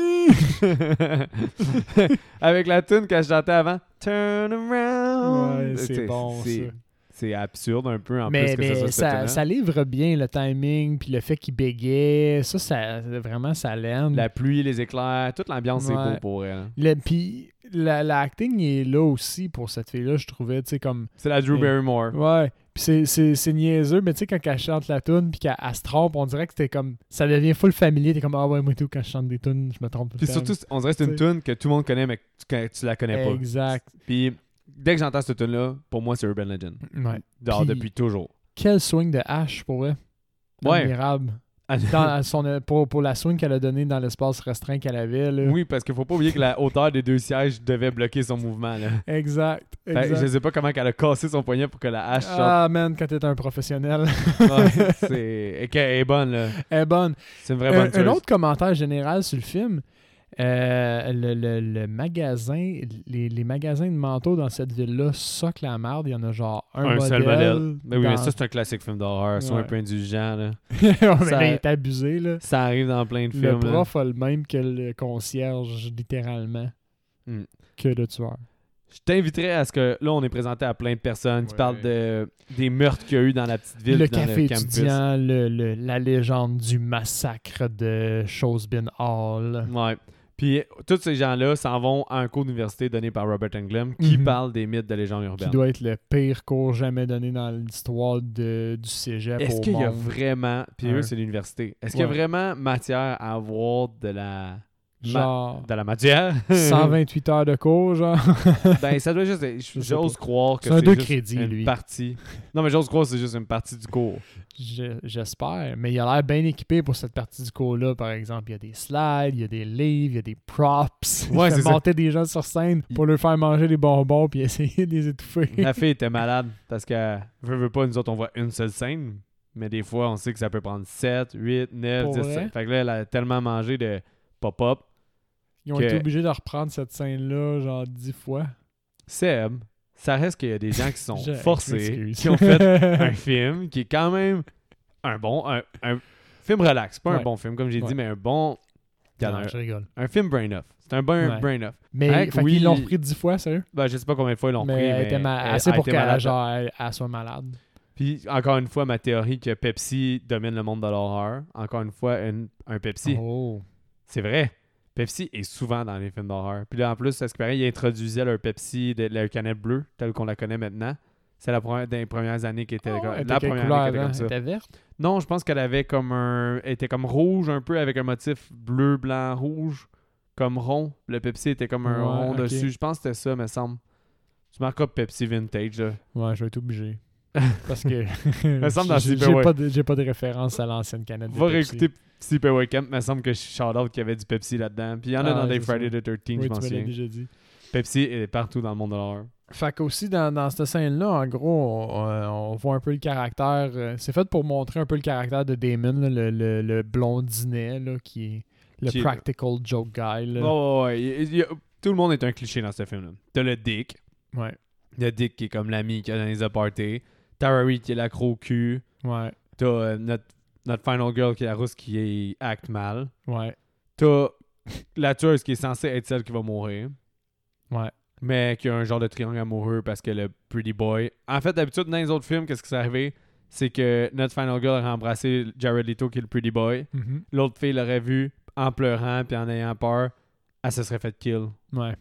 S1: le me! Avec la tune que je chantais avant Turn around.
S2: Ouais, c'est bon, ça.
S1: c'est- C'est absurde un peu en plus
S2: mais
S1: que
S2: mais
S1: ce soit hein. cette
S2: ça,
S1: tune-là.
S2: ça livre bien le timing, puis le fait qu'il bégayait. Ça, ça, vraiment, ça l'aime.
S1: La pluie, les éclairs, toute l'ambiance est
S2: Ouais.
S1: beau pour elle. hein.
S2: Le- puis la, la acting est là aussi pour cette fille-là, je trouvais, tu sais, comme...
S1: C'est la Drew
S2: Et-
S1: Barrymore.
S2: Ouais, puis c'est- c'est c'est niaiseux, mais tu sais, quand elle chante la tune puis qu'elle elle se trompe, on dirait que c'était comme... Ça devient full familier, t'es comme « Ah ouais, moi tout, quand je chante des tunes, je me trompe tout le
S1: Puis
S2: temps.
S1: surtout, on dirait que c'est une
S2: Ben Tu
S1: tune que tout le monde connaît, mais que tu, que tu la connais pas.
S2: Exact.
S1: Puis dès que j'entends cette tune là pour moi, c'est Urban Legend.
S2: Ouais.
S1: Genre,
S2: Puis-
S1: depuis toujours.
S2: Quel swing de hache pour vrai.
S1: Ouais.
S2: Admirable. Dans son, pour, pour la swing qu'elle a donnée dans l'espace restreint qu'elle avait. Là.
S1: Oui, parce qu'il faut pas oublier que la hauteur des deux sièges devait bloquer son mouvement. Là.
S2: Exact.
S1: Fait-
S2: exact.
S1: je sais pas comment qu'elle a cassé son poignet pour que la Ben, hache sorte.
S2: Ah, man, quand t'es un professionnel.
S1: Ouais, c'est... Et qu'elle est bonne, là.
S2: Elle est bonne.
S1: C'est une vraie
S2: Un,
S1: bonne
S2: Euh, un
S1: tueuse.
S2: autre commentaire général sur le film. euh, le, le- le magasin, les, les magasins de manteaux dans cette ville-là socle la merde. Il y en a genre un,
S1: Un seul modèle. Mais Ben oui, mais
S2: dans-
S1: ça, c'est un classique film d'horreur. Sois un
S2: Ouais.
S1: peu indulgent, là.
S2: Ouais, mais
S1: ça-
S2: là, il est abusé. Là.
S1: Ça arrive dans plein de films.
S2: Le
S1: là.
S2: prof a le même que le concierge, littéralement,
S1: Hmm.
S2: que le tueur.
S1: Je t'inviterais à ce que... Là, on est présenté à plein de personnes qui
S2: Ouais.
S1: parlent de... des meurtres qu'il y a eu dans la petite ville,
S2: le
S1: puis dans
S2: café
S1: le campus.
S2: étudiant, le- le- la légende du massacre de Chosbin Hall.
S1: Ouais. Puis tous ces gens-là s'en vont à un cours d'université donné par Robert Englund qui
S2: Mhm.
S1: parle des mythes de légende urbaine.
S2: Qui doit être le pire cours jamais donné dans l'histoire de- du cégep.
S1: Est-ce
S2: au
S1: qu'il y a
S2: monde.
S1: vraiment, puis
S2: Un.
S1: eux, c'est l'université, est-ce qu'il y a
S2: Ouais.
S1: vraiment matière à avoir de la
S2: Genre,
S1: Dans la matière.
S2: 128 heures de cours, genre.
S1: ben, ça doit juste. être-
S2: sais
S1: J'ose croire que
S2: C'est un deux
S1: c'est juste
S2: crédits,
S1: une
S2: lui.
S1: partie. Non, mais j'ose croire que c'est juste une partie du cours.
S2: Je- J'espère. Mais il a l'air bien équipé pour cette partie du cours-là, par exemple. Il y a des slides, il y a des livres, il y a des props.
S1: Ouais,
S2: il
S1: c'est
S2: fait
S1: ça.
S2: monter des gens sur scène pour leur faire manger des bonbons puis essayer de les étouffer.
S1: La fille était malade parce que, veut, veut pas, nous autres, on voit une seule scène. Mais des fois, on sait que ça peut prendre 7, 8, 9,
S2: Pour
S1: 10
S2: vrai?
S1: scènes. Fait que là, elle a tellement mangé de pop-up.
S2: Ils ont
S1: que-
S2: été obligés de reprendre cette scène-là, genre, dix fois.
S1: Seb, ça reste qu'il y a des gens qui sont
S2: Je-
S1: forcés,
S2: m'excuse.
S1: qui ont fait un film qui est quand même un bon. Un, un film relax. Pas un
S2: Ouais.
S1: bon film, comme j'ai dit,
S2: Ouais.
S1: mais un bon. il y en a
S2: Non,
S1: un,
S2: je rigole.
S1: un film brain off. C'est un bon
S2: Ouais.
S1: brain off.
S2: Mais
S1: Hank,
S2: fait
S1: Hein, oui.
S2: qu'ils l'ont repris dix fois, sérieux.
S1: Ben, je sais pas combien de fois ils l'ont
S2: mais
S1: pris.
S2: elle était ma-
S1: elle-
S2: assez
S1: elle
S2: pour
S1: était
S2: qu'elle
S1: malade.
S2: genre, elle- elle soit malade.
S1: Puis, encore une fois, ma théorie que Pepsi domine le monde de l'horreur. Encore une fois, une- un Pepsi.
S2: Oh.
S1: C'est vrai. Pepsi est souvent dans les films d'horreur. Puis là, en plus, à ce qui paraît, ils introduisaient leur Pepsi, de- leur canette bleue, telle qu'on la connaît maintenant. C'est la première, dans les premières années qui était,
S2: Oh,
S1: comme,
S2: elle
S1: la
S2: était quelle
S1: première
S2: couleur hein?
S1: année qui était
S2: avant?
S1: comme ça.
S2: Elle était verte?
S1: Non, je pense qu'elle avait comme un. Elle était comme rouge un peu avec un motif bleu, blanc, rouge, comme rond. Le Pepsi était comme un
S2: Ouais,
S1: rond
S2: ok.
S1: dessus. Je pense que c'était ça, me semble. Tu marques up Pepsi Vintage, là.
S2: Ouais, je vais être obligé. Parce que
S1: me semble dans
S2: j'ai
S1: Superway.
S2: j'ai pas, de- j'ai pas de référence à l'ancienne canette. de
S1: Va
S2: Pepsi.
S1: réécouter Psy Pay Camp. Me semble que je shout-out qu'il y avait du Pepsi là-dedans. Puis il y en a
S2: Ah,
S1: dans des
S2: c'est ça.
S1: Friday the 13,
S2: Oui,
S1: je
S2: tu
S1: m'en
S2: me l'as
S1: souviens.
S2: déjà dit.
S1: Pepsi est partout dans le monde de l'horreur.
S2: Fait qu'aussi, dans, dans cette scène-là, en gros, on, on- on voit un peu le caractère. euh, c'est fait pour montrer un peu le caractère de Damon, là, le, le, le blondinet, là, qui est le
S1: Qui est-
S2: practical joke
S1: Ouais,
S2: guy. là.
S1: ouais, ouais. Il- il y a- Tout le monde est un cliché dans ce film-là. T'as le Dick.
S2: Ouais.
S1: Le Dick qui est comme l'ami qui a dans les apartés. Tara Reid qui est l'accro au cul.
S2: Ouais.
S1: T'as euh, notre, notre final girl qui est la rousse qui est- acte mal.
S2: Ouais.
S1: T'as la tueuse qui est censée être celle qui va mourir.
S2: Ouais.
S1: Mais qui a un genre de triangle amoureux parce que le Pretty Boy. En fait, d'habitude, dans les autres films, qu'est-ce qui s'est arrivé C'est que notre final girl aurait embrassé Jared Leto qui est le Pretty Boy.
S2: Mhm.
S1: L'autre fille l'aurait vu en pleurant puis en ayant peur. Elle se serait fait kill.
S2: Ouais.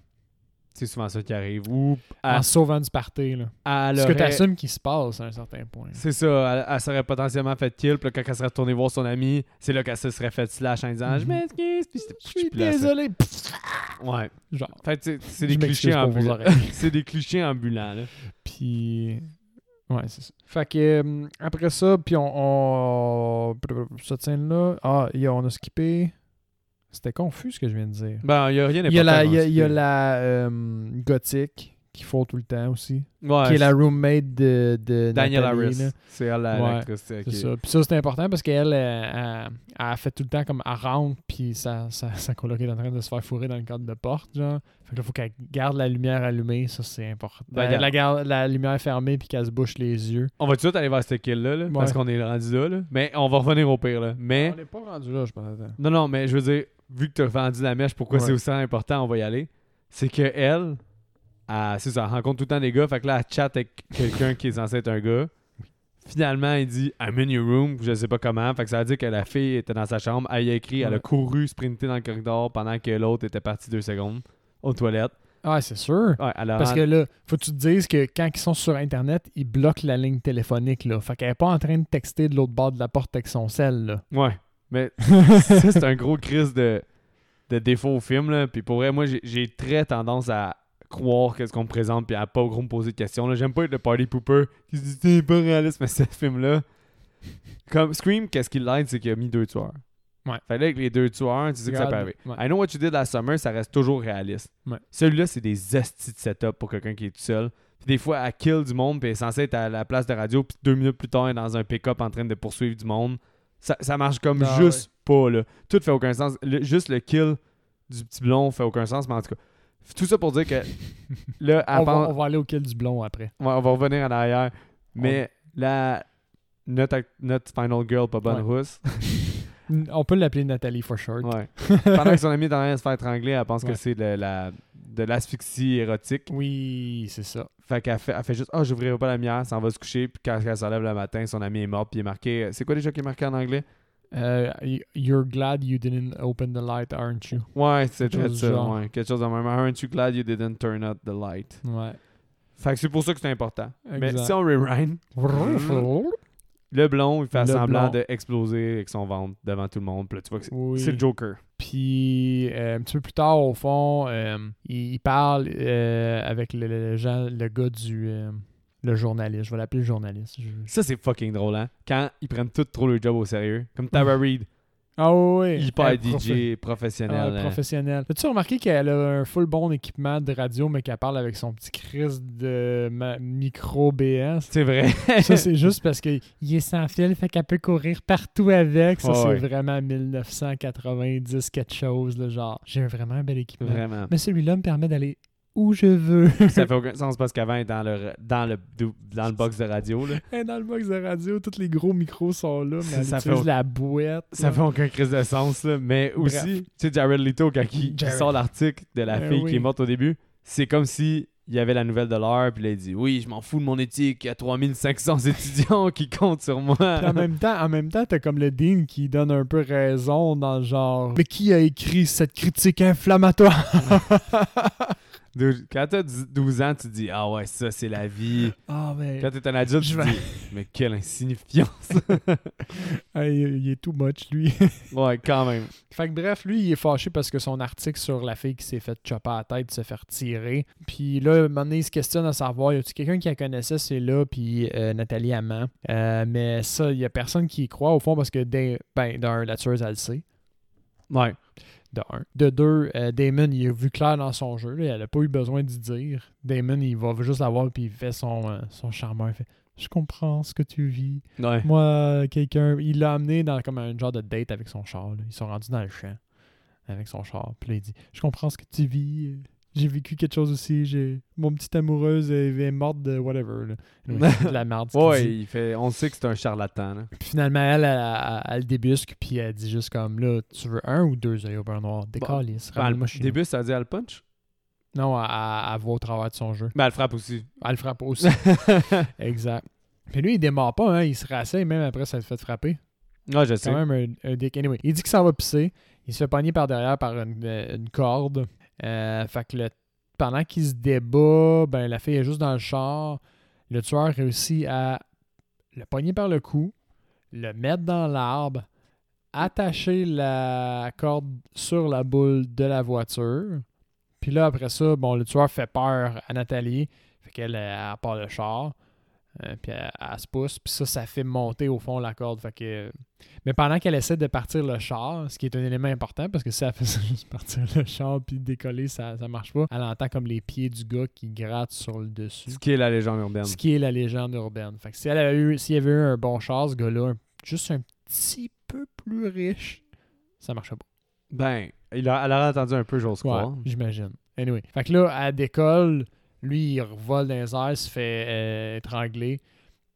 S1: C'est souvent ça qui arrive. Ou
S2: En
S1: elle,
S2: se sauvant du party, là.
S1: elle
S2: Ce que
S1: aurait-
S2: t'assumes qu'il se passe à un certain point.
S1: C'est ça, elle, elle serait potentiellement fait kill, puis là, quand elle serait retournée voir son ami, c'est là qu'elle se serait fait slash en disant
S2: Mhm.
S1: Je m'excuse, puis c'était-
S2: Je suis
S1: puis là, c'est-
S2: désolé. Pfff.
S1: Ouais.
S2: Genre.
S1: Fait que c'est- c'est
S2: Je
S1: des clichés
S2: m'excuse pour vos
S1: ambulants.
S2: oreilles.
S1: c'est des clichés ambulants, là.
S2: Puis. Ouais, c'est ça. Fait que euh, après ça, puis on. on... Cette scène-là. Ah, il y a- on a skippé. C'était confus ce que je viens de dire.
S1: Ben, il y a rien
S2: Il y a la,
S1: d'important
S2: il y a,
S1: dans ce
S2: il y a
S1: film.
S2: la euh, gothique qu'il faut tout le temps aussi.
S1: Ouais,
S2: qui est la
S1: c'est
S2: roommate de, de
S1: Daniel
S2: Nathalie,
S1: Harris.
S2: là.
S1: C'est elle, la-
S2: Ouais,
S1: l'actrice. euh,
S2: C'est
S1: qui-
S2: ça. Puis ça, c'est important parce qu'elle, elle, elle- elle fait tout le temps comme elle rentre, puis sa, sa, sa coloc est en train de se faire fourrer dans le cadre de porte, genre. Fait que là, faut qu'elle garde la lumière allumée, ça, c'est important.
S1: Ben,
S2: elle
S1: garde-
S2: la, garde, la lumière fermée, puis qu'elle se bouche les yeux.
S1: On va tout de suite aller vers cette kill-là, là, parce
S2: Ouais.
S1: qu'on est rendu là, là. Mais on va revenir au pire, là. Mais,
S2: n'est pas rendu là, je pense.
S1: non, non, mais je veux dire, vu que tu as vendu la mèche, pourquoi
S2: Ouais.
S1: c'est aussi important, on va y aller. C'est que elle, elle, c'est ça, elle rencontre tout le temps des gars, fait que là, elle chatte avec quelqu'un qui est censé être un gars. Finalement, il dit I'm in your room, je sais pas comment. Fait que ça veut dire que la fille était dans sa chambre, elle y a écrit, elle a
S2: Ouais.
S1: couru, sprinté dans le corridor pendant que l'autre était parti deux secondes aux toilettes.
S2: Ah, c'est sûr.
S1: Ouais, elle a
S2: Parce que là, faut que tu te dises que quand ils sont sur Internet, ils bloquent la ligne téléphonique, là. Fait qu'elle est pas en train de texter de l'autre bord de la porte avec son sel, là.
S1: Ouais, mais ça, c'est un gros crise de, de défaut au film. Là. Puis pour vrai, moi, j'ai- j'ai très tendance à croire qu'est-ce qu'on me présente puis à pas gros me poser de questions. là. J'aime pas être le party pooper qui se dit c'est pas réaliste, mais ce film-là. Comme Scream, qu'est-ce qu'il l'aide, c'est qu'il a mis deux tueurs.
S2: Ouais.
S1: Fait que là, avec les deux tueurs, tu sais que ça peut arriver.
S2: Ouais.
S1: I know what you did last summer, ça reste toujours réaliste.
S2: Ouais.
S1: Celui-là, c'est des astis de setup pour quelqu'un qui est tout seul. Puis des fois, elle kill du monde, puis elle est censée être à la place de radio, puis deux minutes plus tard, elle est dans un pick-up en train de poursuivre du monde. Ça, ça marche comme
S2: Ah,
S1: juste pas, là. Tout fait aucun sens. Le- juste le kill du petit blond fait aucun sens, mais en tout cas. Tout ça pour dire que là, elle
S2: On, va,
S1: pense-
S2: on va aller au kill du blond après.
S1: Ouais, on va revenir en arrière. Mais la. Notre, act- notre final girl, pas bonne
S2: Ouais.
S1: rousse.
S2: On peut l'appeler Nathalie for short.
S1: Ouais. Pendant que son ami est en train de se faire étrangler, elle pense
S2: Ouais.
S1: que c'est de la, de l'asphyxie érotique.
S2: Oui, c'est ça.
S1: Fait qu'elle fait, elle fait juste Ah, j'ouvrirai pas la lumière, ça en va se coucher. Puis quand elle se lève le matin, son ami est mort. Puis il est marqué C'est quoi déjà qui est marqué en anglais
S2: Euh, y- you're glad you didn't open the light, aren't you?
S1: Ouais, c'est
S2: Quelque
S1: très
S2: chose
S1: ça.
S2: du genre.
S1: ouais. Quelque chose de même. Aren't you glad you didn't turn out the light
S2: Ouais.
S1: Fait que c'est pour ça que c'est important. Mais
S2: Exact.
S1: si on rewind, le blond, il fait
S2: Le
S1: semblant
S2: blond.
S1: d'exploser avec son ventre devant tout le monde. Puis là, tu vois que c'est
S2: Oui.
S1: c'est le Joker.
S2: Puis euh, un petit peu plus tard, au fond, euh, il, il parle euh, avec le, le- le gens- le gars du. euh, le journaliste. Je vais l'appeler le journaliste. Je- je-
S1: Ça, c'est fucking drôle, hein? Quand ils prennent tout trop le job au sérieux. Comme Tara Reid,
S2: Ah oui. oui.
S1: hyper
S2: Euh,
S1: DJ,
S2: prof-
S1: professionnel.
S2: euh,
S1: hein.
S2: professionnel. As-tu remarqué qu'elle a un full bon équipement de radio, mais qu'elle parle avec son petit crise de ma- micro BS?
S1: C'est vrai.
S2: Ça, c'est juste parce qu'il est sans fil, fait qu'elle peut courir partout avec. Ça,
S1: Ouais,
S2: c'est
S1: ouais.
S2: vraiment 1990 quelque chose, le genre. J'ai vraiment un bel équipement.
S1: Vraiment.
S2: Mais celui-là me permet d'aller où je veux.
S1: ça fait aucun sens parce qu'avant, elle est dans le, dans le, dans le box de radio, là.
S2: Hey, Dans le box de radio, tous les gros micros sont là, mais
S1: Ça-
S2: elle
S1: ça
S2: utilise
S1: fait-
S2: la bouette.
S1: Ça
S2: là.
S1: fait aucun crise de sens, là. Mais
S2: Bref.
S1: aussi, tu sais, Jared Leto, quand il, il
S2: Jared.
S1: sort l'article de la
S2: Ben
S1: fille
S2: oui.
S1: qui est morte au début, c'est comme si il y avait la nouvelle de l'heure, puis là, il dit Oui, je m'en fous de mon éthique, il y a 3500 étudiants qui comptent sur moi.
S2: Puis en même temps, en même temps, t'as comme le dean qui donne un peu raison dans le genre. Mais qui a écrit cette critique inflammatoire
S1: Dude, Quand t'as 12 ans, tu dis Ah ouais, ça, c'est la vie.
S2: Ah mais
S1: Quand t'es un adulte,
S2: Je
S1: tu
S2: vais-
S1: dis Mais quelle insignifiance.
S2: hey, il est too much lui.
S1: ouais, quand même.
S2: Fait que bref, lui, il est fâché parce que son article sur la fille qui s'est fait chopper à la tête, se faire tirer. Puis là, à un moment donné, il se questionne à savoir, y a-tu quelqu'un qui la connaissait, c'est là, puis euh, Nathalie Amand. Euh, mais ça, y a personne qui y croit au fond parce que, d'un, ben, d'un, la tueuse, elle le sait.
S1: Ouais.
S2: De un. De deux, euh, Damon, il a vu clair dans son jeu, là, elle a pas eu besoin d'y dire. Damon, il va juste la voir, puis il fait son, euh, son charmeur. Il fait Je comprends ce que tu vis.
S1: Ouais.
S2: Moi, quelqu'un, il l'a amené dans comme un genre de date avec son char. là. Ils sont rendus dans le champ avec son char. Puis là, il dit Je comprends ce que tu vis. euh, J'ai vécu quelque chose aussi. J'ai Mon petite amoureuse euh, elle est morte de whatever. là. Anyway, c'est de la merde. ce qu'il
S1: Ouais,
S2: dit.
S1: il fait, on sait que c'est un charlatan. là.
S2: Puis finalement, elle, elle, elle- elle le débusque. Puis elle dit juste comme Là, tu veux un ou deux œils au beurre noir Décalisse.
S1: Ben,
S2: ramène-moi
S1: au
S2: chez
S1: début, ça dit elle punch.
S2: nous. Non, elle, elle- elle va au travers de son jeu.
S1: Mais Ben, elle frappe aussi.
S2: Elle le frappe aussi. exact. Puis lui, il démarre pas. Hein. Il se rasseye même après s'être fait frapper.
S1: Ouais, je
S2: C'est
S1: sais.
S2: quand même un, un dick. Anyway, il dit qu'il s'en va pisser. Il se fait pogner par derrière par une, euh, une corde. Euh, fait que le- pendant qu'il se débat, ben, la fille est juste dans le char. Le tueur réussit à le pogner par le cou, le mettre dans l'arbre, attacher la corde sur la boule de la voiture. Puis là, après ça, bon, le tueur fait peur à Nathalie. Fait qu'elle euh, elle part le char. Euh, puis elle, elle se pousse. Puis ça, ça fait monter au fond la corde. Fait que euh, mais pendant qu'elle essaie de partir le char, ce qui est un élément important, parce que si elle faisait juste partir le char puis décoller, ça, ça marche pas, elle entend comme les pieds du gars qui gratte sur le dessus.
S1: Ce qui est la légende urbaine.
S2: Ce qui est la légende urbaine. Fait que si elle avait eu, s'il y avait eu un bon char, ce gars-là, un- juste un petit peu plus riche, ça marchait pas.
S1: Ben, il a, elle a entendu un peu, j'ose
S2: Ouais,
S1: croire.
S2: j'imagine. Anyway. Fait que là, elle décolle, lui, il revole dans les airs, se fait euh, étrangler.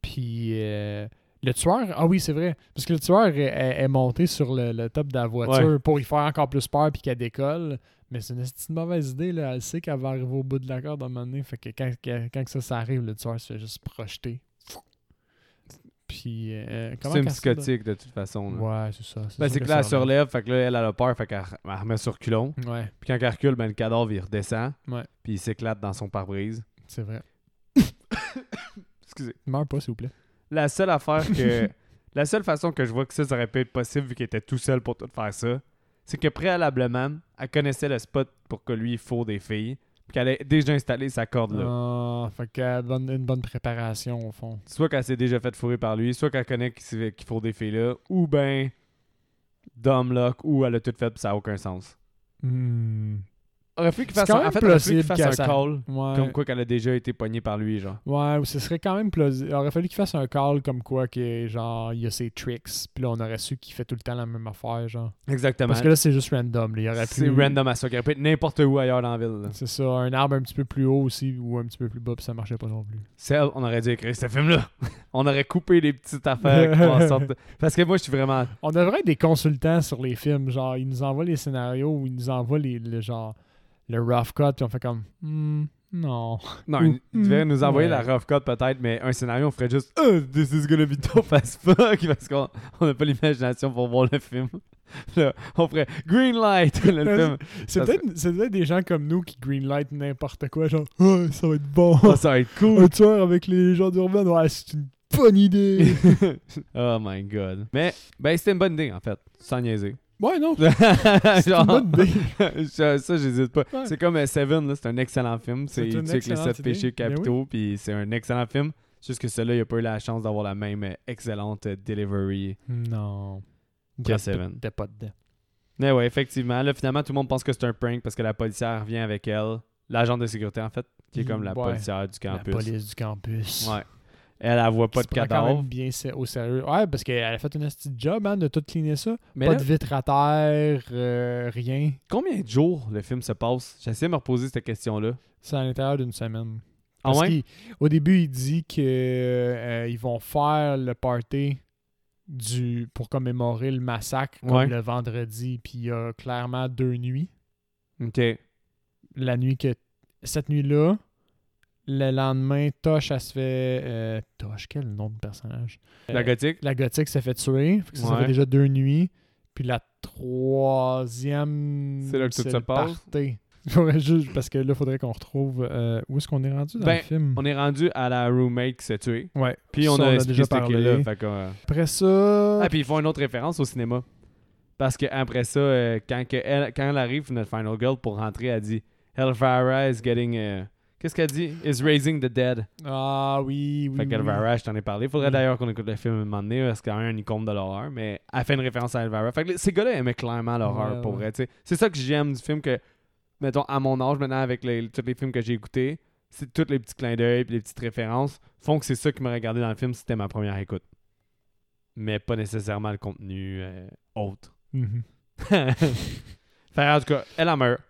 S2: Puis euh, le tueur, ah oui, c'est vrai, parce que le tueur est, est- est monté sur le, le top de la voiture
S1: Ouais.
S2: pour y faire encore plus peur puis qu'elle décolle. Mais c'est une, esti de mauvaise idée, là. Elle sait qu'elle va arriver au bout de la corde à un moment donné. Fait que quand, quand- quand que ça, ça arrive, le tueur se fait juste projeter. Puis euh, comment
S1: C'est une
S2: qu'elle se-
S1: psychotique, de toute façon. là.
S2: Ouais, c'est ça.
S1: Ben,
S2: sûr
S1: c'est
S2: que
S1: que là, elle
S2: ça
S1: se
S2: remonte.
S1: relève, fait que là, elle, elle a peur, fait qu'elle re- elle remet sur culon.
S2: Ouais,
S1: Puis quand elle recule, ben, le cadavre, il redescend.
S2: Ouais.
S1: Puis il s'éclate dans son pare-brise.
S2: c'est vrai.
S1: Excusez.
S2: Meurs pas, s'il vous plaît.
S1: La seule affaire que. la seule façon que je vois que ça, ça aurait pu être possible, vu qu'il était tout seul pour tout faire ça, c'est que préalablement, elle connaissait le spot pour que lui, il faut des filles. Puis qu'elle a déjà installé sa corde là.
S2: Ah, fait qu'elle donne une bonne préparation au fond.
S1: Soit qu'elle s'est déjà fait fourrer par lui, soit qu'elle connaît qu'il s'est- qu'il faut des filles là, ou ben. Dumb luck, ou elle a tout fait, puis ça n'a aucun sens. Hmm. Aurait fallu qu'il
S2: C'est
S1: fasse
S2: quand
S1: un,
S2: même
S1: en fait, aurait fallu
S2: plausible
S1: qu'il fasse
S2: qu'elle
S1: un
S2: s'a-
S1: call,
S2: Ouais.
S1: comme quoi qu'elle a déjà été pognée par lui, genre.
S2: Ouais, ou ce serait quand même plausible. Il aurait fallu qu'il fasse un call comme quoi que genre il y a ses tricks, puis là on aurait su qu'il fait tout le temps la même affaire genre.
S1: Exactement.
S2: Parce que là c'est juste random, là. il aurait
S1: C'est
S2: pu-
S1: random à ça. Il aurait pu être n'importe où ailleurs dans la ville. là.
S2: C'est ça, un arbre un petit peu plus haut aussi ou un petit peu plus bas, puis ça marchait pas non plus.
S1: C'est- on aurait dû écrire ce film-là. on aurait coupé les petites affaires qui font en sorte de- Parce que moi, je suis vraiment.
S2: On devrait être des consultants sur les films, genre ils nous envoient les scénarios ou ils nous envoient les, le genre le rough cut puis on fait comme Hmm, non.
S1: Non,
S2: Ou-
S1: il devait nous envoyer
S2: Ouais.
S1: la rough cut peut-être, mais un scénario, on ferait juste Oh, This is gonna be tough as fuck. Parce qu'on on n'a pas l'imagination pour voir le film. Là, on ferait Green Light, le film.
S2: C'est
S1: Ça
S2: peut-être c'est peut-être des gens comme nous qui greenlight n'importe quoi genre Ah, ça va être bon.
S1: Oh, ça va être cool.
S2: tueur avec les légendes urbaines, ouais, c'est une Bonne idée!
S1: oh my god. Mais, ben, c'était une bonne idée, en fait. Sans niaiser.
S2: ouais, non. C'est
S1: Genre,
S2: une bonne idée.
S1: ça, ça, j'hésite pas.
S2: Ouais.
S1: C'est comme euh, Seven, là, c'est un excellent film.
S2: C'est
S1: C'est
S2: une
S1: tu sais, que les
S2: excellente
S1: sept
S2: idée.
S1: péchés
S2: Ben
S1: capitaux, puis c'est un excellent film. C'est Juste que celui-là, il a pas eu la chance d'avoir la même euh, excellente euh, delivery
S2: Non.
S1: que Seven.
S2: T'es pas dedans.
S1: Mais ouais, effectivement. Là, finalement, tout le monde pense que c'est un prank parce que la policière vient avec elle. L'agent de sécurité, en fait, qui est comme la
S2: Ouais.
S1: policière du
S2: La
S1: campus.
S2: police du campus.
S1: Ouais. Elle, elle voit pas
S2: Qui
S1: de
S2: se prend quand
S1: cadavre.
S2: même bien sé- au sérieux. Ouais, parce qu'elle a fait une petite job hein, de tout cleaner ça.
S1: Mais
S2: pas
S1: là,
S2: de vitre à terre, euh, rien.
S1: combien de jours le film se passe J'essaie de me reposer cette question-là.
S2: C'est à l'intérieur d'une semaine.
S1: Ah
S2: Parce
S1: ouais
S2: qu'il- Au début, il dit que euh, ils vont faire le party du pour commémorer le massacre comme
S1: Ouais.
S2: le vendredi. Puis il y a clairement deux nuits.
S1: Ok.
S2: La nuit que cette nuit-là, le lendemain, Tosh, elle se fait euh, Tosh, quel nom de personnage
S1: La
S2: Euh,
S1: gothique
S2: La gothique s'est fait tuer. Fait que ça, ça
S1: Ouais.
S2: fait déjà deux nuits. Puis la troisième.
S1: C'est là que tout se
S2: le
S1: passe.
S2: party. Faudrait juste- parce que là, faudrait qu'on retrouve euh, où est-ce qu'on est rendu dans
S1: Ben,
S2: le film.
S1: On est rendu à la roommate qui s'est tuée.
S2: Ouais.
S1: Puis
S2: Ça,
S1: on
S2: on
S1: a
S2: a
S1: expliqué
S2: déjà
S1: ce
S2: parlé.
S1: là Fait que, euh,
S2: Après ça.
S1: Ah, puis ils font une autre référence au cinéma. Parce que après ça, euh, quand, que elle, quand elle arrive, notre final girl, pour rentrer, elle dit Elvira is getting. euh, Qu'est-ce qu'elle dit Is raising the dead.
S2: Ah oui, oui.
S1: Fait
S2: oui,
S1: qu'Elvira, je t'en ai parlé. Faudrait
S2: Oui.
S1: d'ailleurs qu'on écoute le film à un moment donné, parce que c'est quand même une icône de l'horreur. Mais elle fait une référence à Elvira. Fait que les- ces gars-là aimaient clairement l'horreur
S2: Ouais,
S1: pour
S2: ouais.
S1: vrai. tu sais. C'est ça que j'aime du film que, mettons, à mon âge maintenant, avec les- tous les films que j'ai écoutés, c'est tous les petits clins d'œil puis les petites références font que c'est ça qui m'a regardé dans le film si c'était ma première écoute. Mais pas nécessairement le contenu euh, autre.
S2: oui. Mhm.
S1: fait que, en tout cas, elle en meurt.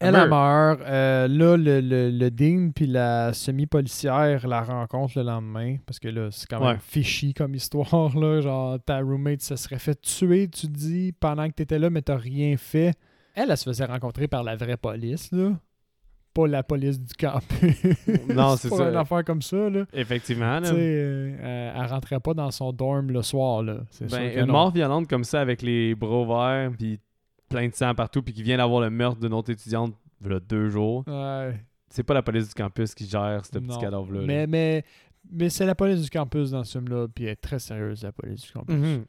S2: Elle elle meurt. Euh, là, le, le, le dean puis la semi-policière la rencontre le lendemain. Parce que là, c'est quand même
S1: Ouais.
S2: fichi comme histoire. Là. Genre, ta roommate se serait fait tuer, tu dis, pendant que t'étais là, mais t'as rien fait. Elle, elle se faisait rencontrer par la vraie police, là. Pas la police du campus.
S1: Non, c'est
S2: pas
S1: ça.
S2: une affaire comme ça, là.
S1: Effectivement.
S2: Tu
S1: là.
S2: sais, euh, elle, elle rentrait pas dans son dorm le soir, là. C'est sûr
S1: Ben,
S2: que
S1: une
S2: non.
S1: mort violente comme ça avec les bras ouverts, puis plein de sang partout, puis qui vient d'avoir le meurtre d'une autre étudiante voilà deux jours.
S2: Ouais.
S1: C'est pas la police du campus qui gère ce petit
S2: Non.
S1: cadavre-là. là.
S2: Mais, mais, mais c'est la police du campus dans ce film-là, puis elle est très sérieuse, la police du campus.
S1: Mhm.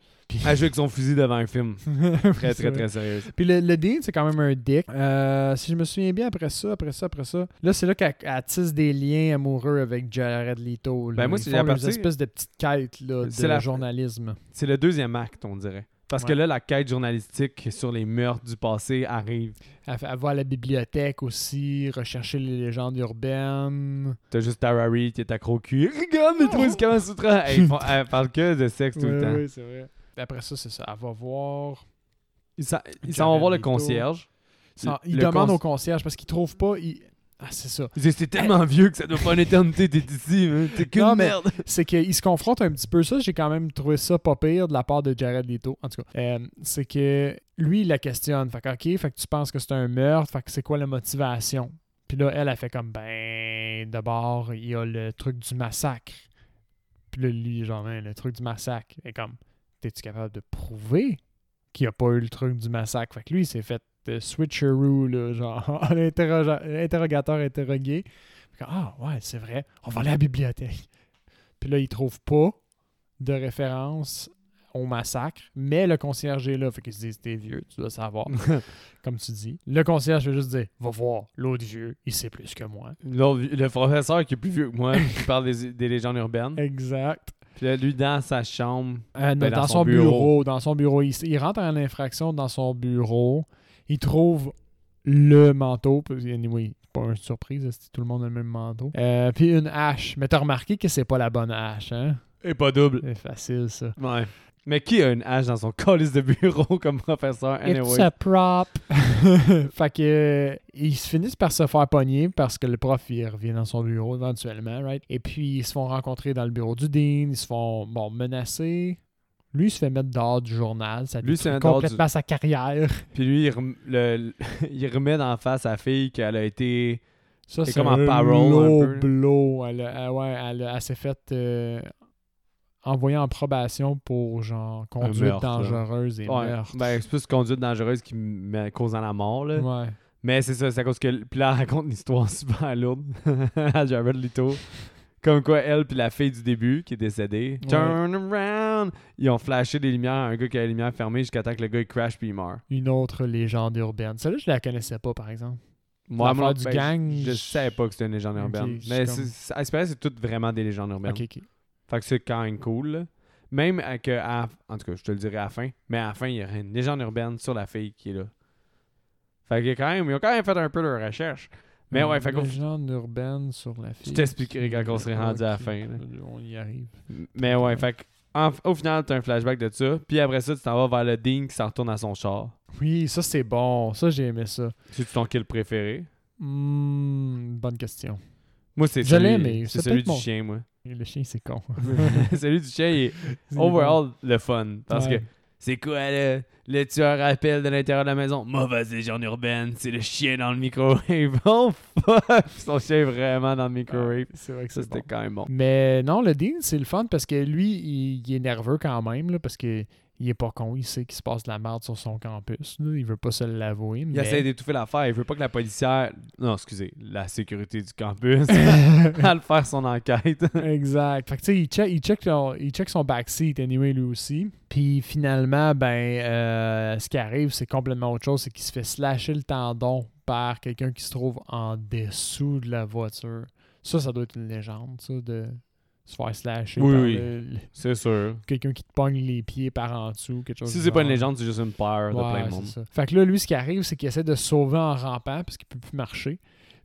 S1: Elle joue avec son fusil devant un film. Très, très, très sérieuse.
S2: Puis le, le Dean, c'est quand même un dick. Euh, si je me souviens bien, après ça, après ça, après ça, là, c'est là qu'elle elle tisse des liens amoureux avec Jared Leto. là.
S1: Ben, moi,
S2: Ils
S1: c'est
S2: font
S1: la
S2: des
S1: partie-
S2: espèces de petites quêtes là, de
S1: C'est la-
S2: journalisme.
S1: C'est le deuxième acte, on dirait. Parce que
S2: Ouais.
S1: là, la quête journalistique sur les meurtres du passé arrive.
S2: Elle, fait- elle va à la bibliothèque aussi, rechercher les légendes urbaines.
S1: T'as juste Tara Reid qui est accro au cul. Regarde, mais toi, c'est comment Sutra? Hey, ils font- Elle parle que de sexe tout le temps.
S2: c'est vrai. Après ça, c'est ça. Elle va voir.
S1: Ils s'en- Ils s'en
S2: Jared
S1: vont voir le
S2: Leto.
S1: concierge.
S2: Sans-
S1: Le-
S2: il
S1: le
S2: demande
S1: cons-
S2: au concierge parce qu'il trouve pas. il- Ah, c'est ça.
S1: Ils disent, c'est tellement vieux que ça doit pas une éternité d'être ici. hein. T'es qu'une
S2: Non, mais-
S1: merde.
S2: C'est qu'il se confronte un petit peu ça. J'ai quand même trouvé ça pas pire de la part de Jared Leto. En tout cas, Euh, c'est que lui, il la questionne. Fait que, OK, fait que tu penses que c'est un meurtre. Fait que c'est quoi la motivation? Puis là, elle, a fait comme, ben, d'abord, il y a le truc du massacre. Puis là, lui, genre, Hein, le truc du massacre. Et comme, t'es-tu capable de prouver qu'il n'y a pas eu le truc du massacre? Fait que lui, il s'est fait euh, switcheroo, là, genre, l'interroga- l'interrogateur interrogué. Fait que, ah, ouais, c'est vrai, on va aller à la bibliothèque. Puis là, il trouve pas de référence au massacre, mais le concierge est là. Fait qu'il se dit, t'es vieux, tu dois savoir, comme tu dis. Le concierge veut juste dire, va voir, l'autre vieux, il sait plus que moi.
S1: L'autre- euh, le professeur qui est plus vieux que moi, qui parle des, des légendes urbaines.
S2: Exact.
S1: Puis là, lui, dans sa chambre,
S2: Euh,
S1: Ben,
S2: dans, son, bureau. Dans son bureau. Il, s- il rentre en infraction dans son bureau. Il trouve le manteau. Puis, Anyway, c'est pas une surprise, c'est tout le monde a le même manteau. Euh, puis une hache. Mais t'as remarqué que c'est pas la bonne hache, hein?
S1: est pas double.
S2: C'est facile, ça.
S1: Ouais. Mais qui a une hache dans son colis de bureau comme professeur,
S2: It's
S1: anyway?
S2: a prop! fait que euh, ils se finissent par se faire pogner parce que le prof il revient dans son bureau éventuellement, right? Et puis ils se font rencontrer dans le bureau du dean, ils se font bon menacer. Lui il se fait mettre dehors du journal, ça
S1: Lui,
S2: détruit
S1: c'est un dehors du-
S2: complètement sa carrière.
S1: Puis lui, il, rem- le- il remet en face sa fille qu'elle a été...
S2: Ça,
S1: C'est
S2: c'est
S1: comme en
S2: un
S1: parole,
S2: low
S1: un peu.
S2: blow. Elle, a- elle- ouais, elle, a- elle s'est faite euh, envoyer en probation pour genre conduite
S1: meurtre, là.
S2: dangereuse et
S1: Ouais,
S2: meurtre.
S1: ben, c'est plus conduite dangereuse qui m- causant la mort, là.
S2: Ouais.
S1: Mais c'est ça, c'est à cause que. Puis là, elle raconte une histoire super lourde à Jared Leto. Comme quoi, elle puis la fille du début qui est décédée,
S2: Ouais.
S1: turn around, ils ont flashé des lumières à un gars qui a la lumière fermée jusqu'à temps que le gars il crash puis il meurt.
S2: Une autre légende urbaine. Celle-là, je la connaissais pas, par exemple.
S1: Moi,
S2: L'affaire
S1: mon-
S2: du
S1: ben,
S2: gang,
S1: je,
S2: je-
S1: je savais pas que c'était une légende
S2: Ok,
S1: urbaine.
S2: je
S1: Mais
S2: suis comme-
S1: c'est- c'est- à Espérance, c'est toutes vraiment des légendes urbaines.
S2: Ok, ok.
S1: Fait que c'est quand même cool. là. Même à que, à- en tout cas, je te le dirai à la fin, mais à la fin, il y a une légende urbaine sur la fille qui est là. Fait que quand même, ils ont quand même fait un peu leur recherche. Mais ouais, fait
S2: Une
S1: qu'on-
S2: légende urbaine sur la fille.
S1: t'expliquerai
S2: qui-
S1: quand on serait rendu à la
S2: Ok,
S1: fin, là.
S2: On y arrive.
S1: Mais ouais, fait que, en- au final, t'as un flashback de ça. Puis après ça, tu t'en vas vers le Dean qui s'en retourne à son char.
S2: Oui, ça c'est bon. Ça, j'ai aimé ça.
S1: C'est ton kill préféré.
S2: Hmm, bonne question.
S1: Moi, c'est
S2: Je
S1: celui,
S2: l'ai aimé.
S1: c'est
S2: C'est
S1: celui
S2: peut-être
S1: du
S2: mon-
S1: chien, moi.
S2: Et Le chien, c'est con.
S1: celui du chien, il est
S2: C'est
S1: overall le fun. Parce
S2: Ouais.
S1: que c'est quoi le, le tueur appelle de l'intérieur de la maison? Mauvaise légende urbaine, c'est le chien dans le micro-wave. Oh fuck! Son chien est vraiment dans le micro-wave.
S2: C'est vrai que
S1: Ça,
S2: c'est bon.
S1: c'était quand même bon.
S2: Mais non, le Dean, c'est le fun parce que lui, il, il est nerveux quand même, là, parce que il est pas con, il sait qu'il se passe de la merde sur son campus. là, il veut pas se l'avouer.
S1: Il
S2: mais-
S1: essaie d'étouffer l'affaire. Il veut pas que la policière. Non, excusez, la sécurité du campus. à le faire son enquête.
S2: exact. Fait que tu sais, il check, il, check son- il check son backseat anyway, lui aussi. Puis finalement, ben, euh, ce qui arrive, c'est complètement autre chose. C'est qu'il se fait slasher le tendon par quelqu'un qui se trouve en dessous de la voiture. Ça, ça doit être une légende, ça, de se faire slasher
S1: Oui,
S2: par
S1: oui.
S2: le- le-
S1: C'est sûr.
S2: quelqu'un qui te pogne les pieds par en dessous, quelque chose
S1: Si
S2: du
S1: c'est pas une
S2: genre.
S1: légende, c'est juste une peur de
S2: Ouais,
S1: plein de
S2: c'est
S1: monde.
S2: ça. Fait que là, lui, ce qui arrive, c'est qu'il essaie de se sauver en rampant parce qu'il peut plus marcher.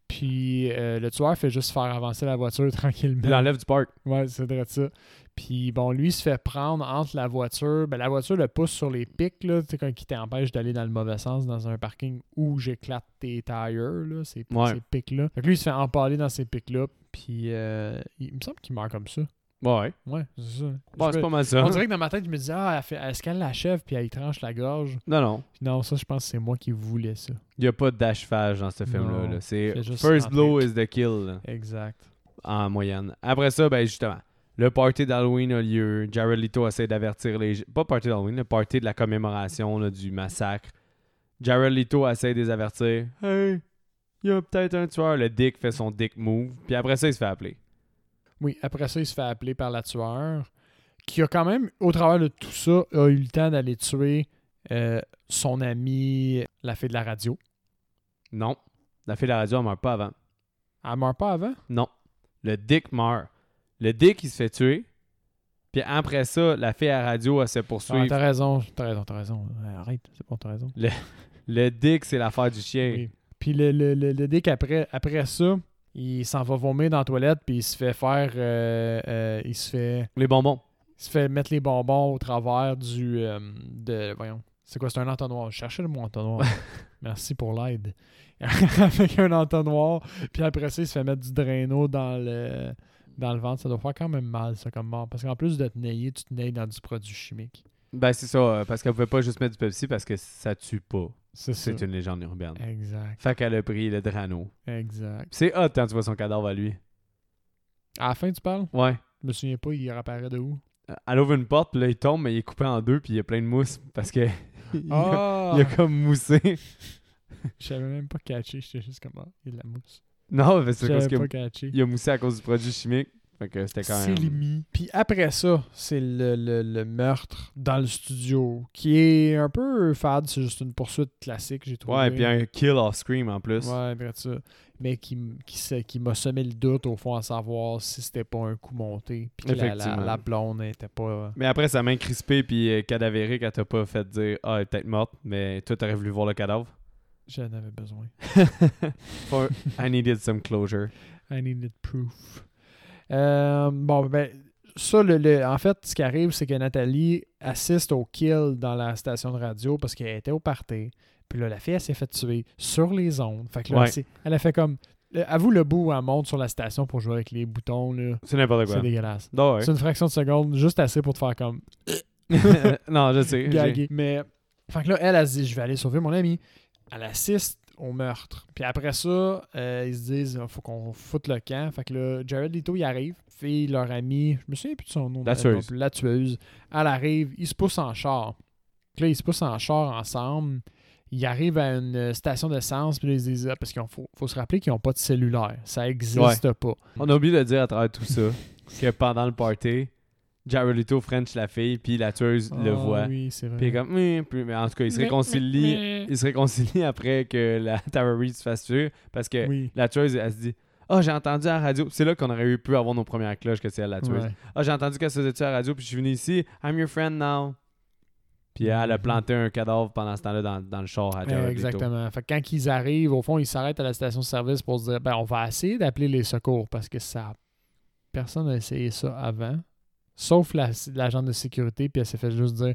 S2: Puis euh, le tueur fait juste faire avancer la voiture
S1: Il
S2: tranquillement.
S1: l'enlève du parc.
S2: Ouais, c'est vrai de ça. Puis bon, lui, il se fait prendre entre la voiture. Ben, la voiture le pousse sur les pics, là, tu sais, quand qui t'empêche d'aller dans le mauvais sens dans un parking où j'éclate tes tires, là, ces,
S1: Ouais.
S2: ces pics-là. Fait que lui, il se fait empaler dans ces pics-là. Puis euh, il, il me semble qu'il meurt comme ça.
S1: Ouais.
S2: Ouais, c'est ça.
S1: Bon,
S2: Je
S1: c'est
S2: me-
S1: pas mal ça.
S2: On dirait que dans ma tête, je me disais, ah, elle fait- est-ce qu'elle l'achève, puis elle y tranche la gorge.
S1: Non, non.
S2: Puis Non, ça, je pense que c'est moi qui voulais ça.
S1: Il n'y a pas d'achevage dans ce film-là.
S2: Non.
S1: là. C'est
S2: C'est juste
S1: First
S2: rentrer.
S1: blow is the kill. là.
S2: Exact.
S1: en moyenne. Après ça, ben justement, le party d'Halloween a lieu. Jared Leto essaie d'avertir les... Pas party d'Halloween, le party de la commémoration là, du massacre. Jared Leto essaie de les avertir. Hey, il y a peut-être un tueur. Le dick fait son dick move. Puis après ça, il se fait appeler.
S2: Oui, après ça, il se fait appeler par la tueur, qui a quand même, au travers de tout ça, a eu le temps d'aller tuer euh, son ami, la fille de la radio.
S1: Non. La fille de la radio, elle meurt pas avant.
S2: Elle meurt pas avant?
S1: Non. Le dick meurt. Le dick, il se fait tuer. Puis après ça, la fille à la radio, elle se
S2: Ah,
S1: poursuivre.
S2: t'as raison, t'as raison, t'as raison. Ouais, Arrête, c'est bon, t'as raison.
S1: le dick, c'est l'affaire du chien.
S2: Oui. Puis le, le, le, le dick, après, après ça, il s'en va vomir dans la toilette, puis il se fait faire... euh, euh, il se fait...
S1: Les bonbons.
S2: Il se fait mettre les bonbons au travers du... euh, de, voyons. C'est quoi? C'est un entonnoir. Je cherchais le mot entonnoir. Merci pour l'aide. Avec un entonnoir. Puis après ça, il se fait mettre du draino dans le, dans le ventre. Ça doit faire quand même mal, ça, comme mort. Parce qu'en plus de te nailler, tu te nailles dans du produit chimique.
S1: Ben c'est ça, euh, parce qu'elle pouvait pas juste mettre du Pepsi parce que ça tue pas.
S2: C'est ça. Eh.
S1: C'est une légende urbaine.
S2: Exact.
S1: Fait qu'elle a pris le Drano.
S2: Exact.
S1: C'est hot quand tu vois son cadavre à lui.
S2: À la fin, tu parles?
S1: Ouais.
S2: Je me souviens pas, il réapparaît de où?
S1: Euh, Elle ouvre une porte, puis là, il tombe, mais il est coupé en deux, puis il y a plein de mousse parce que. il, a,
S2: Ah!
S1: il a comme moussé.
S2: Je savais même pas catché. J'étais juste comme, ah, il y a de la mousse.
S1: Non, mais
S2: Je
S1: c'est parce
S2: savais
S1: qu'il
S2: pas
S1: a,
S2: catché.
S1: il a moussé à cause du produit chimique. Fait que c'était quand
S2: C'est
S1: même.
S2: l'imi. Puis après ça, c'est le, le- le meurtre dans le studio, qui est un peu fade, c'est juste une poursuite classique, j'ai trouvé.
S1: Ouais, puis un kill off scream en plus.
S2: Ouais, après ça. Mais qui, m- qui, se- qui m'a semé le doute, au fond, à savoir si c'était pas un coup monté, puis que la, la,
S1: Effectivement.
S2: la blonde n'était pas... euh,
S1: Mais après, sa main crispée puis euh, cadavérique, elle t'a pas fait dire Ah, elle est peut-être morte, mais toi, t'aurais voulu voir le cadavre.
S2: J'en avais besoin.
S1: For- I needed some closure.
S2: I needed proof. Euh, bon, ben, ça, le, le- en fait, ce qui arrive, c'est que Nathalie assiste au kill dans la station de radio parce qu'elle était au party. Puis là, la fille, elle s'est fait tuer sur les ondes. Fait que là,
S1: Ouais.
S2: elle, s'est- elle a fait comme. le- Avoue le bout où elle monte sur la station pour jouer avec les boutons, là.
S1: C'est n'importe
S2: C'est
S1: quoi.
S2: dégueulasse.
S1: Non, ouais.
S2: C'est une fraction de seconde, juste assez pour te faire comme
S1: non, je sais. j'ai-
S2: gaguer. Mais. Fait que là, elle, elle se dit, je vais aller sauver mon ami. Elle assiste au meurtre. Puis après ça, euh, ils se disent, faut qu'on foute le camp. Fait que là, Jared Leto, il arrive. Fait leur ami, je me souviens plus de son nom.
S1: La
S2: non
S1: tueuse.
S2: plus, La tueuse. Elle arrive, ils se poussent en char. Fait que Là, ils se poussent en char ensemble. ils arrivent à une station d'essence, puis là, ils se disent, Ah, parce qu'il faut, faut se rappeler qu'ils n'ont pas de cellulaire. Ça n'existe pas.
S1: On a oublié de dire à travers tout ça que pendant le party, Jared Leto French la fille, puis la tueuse le
S2: Ah
S1: voit.
S2: Oui, c'est vrai.
S1: Puis il est comme, Hum, puis- mais en tout cas, il se réconcilie, il se réconcilie après que la Tara Reid se fasse tuer parce que
S2: Oui.
S1: la tueuse, elle se dit Ah, j'ai entendu à la radio. C'est là qu'on aurait eu pu avoir nos premières cloches que c'est elle la tueuse.
S2: Ouais.
S1: Ah, j'ai entendu qu'elle se faisait tuer à la radio, puis je suis venu ici. I'm your friend now. Puis elle a planté un cadavre pendant ce temps-là dans, dans le char à Jared
S2: Euh,
S1: Leto.
S2: Exactement. Fait que quand ils arrivent, au fond, ils s'arrêtent à la station-service pour se dire ben, on va essayer d'appeler les secours parce que ça. Personne n'a essayé ça avant. Sauf la- l'agent de sécurité, puis elle s'est fait juste dire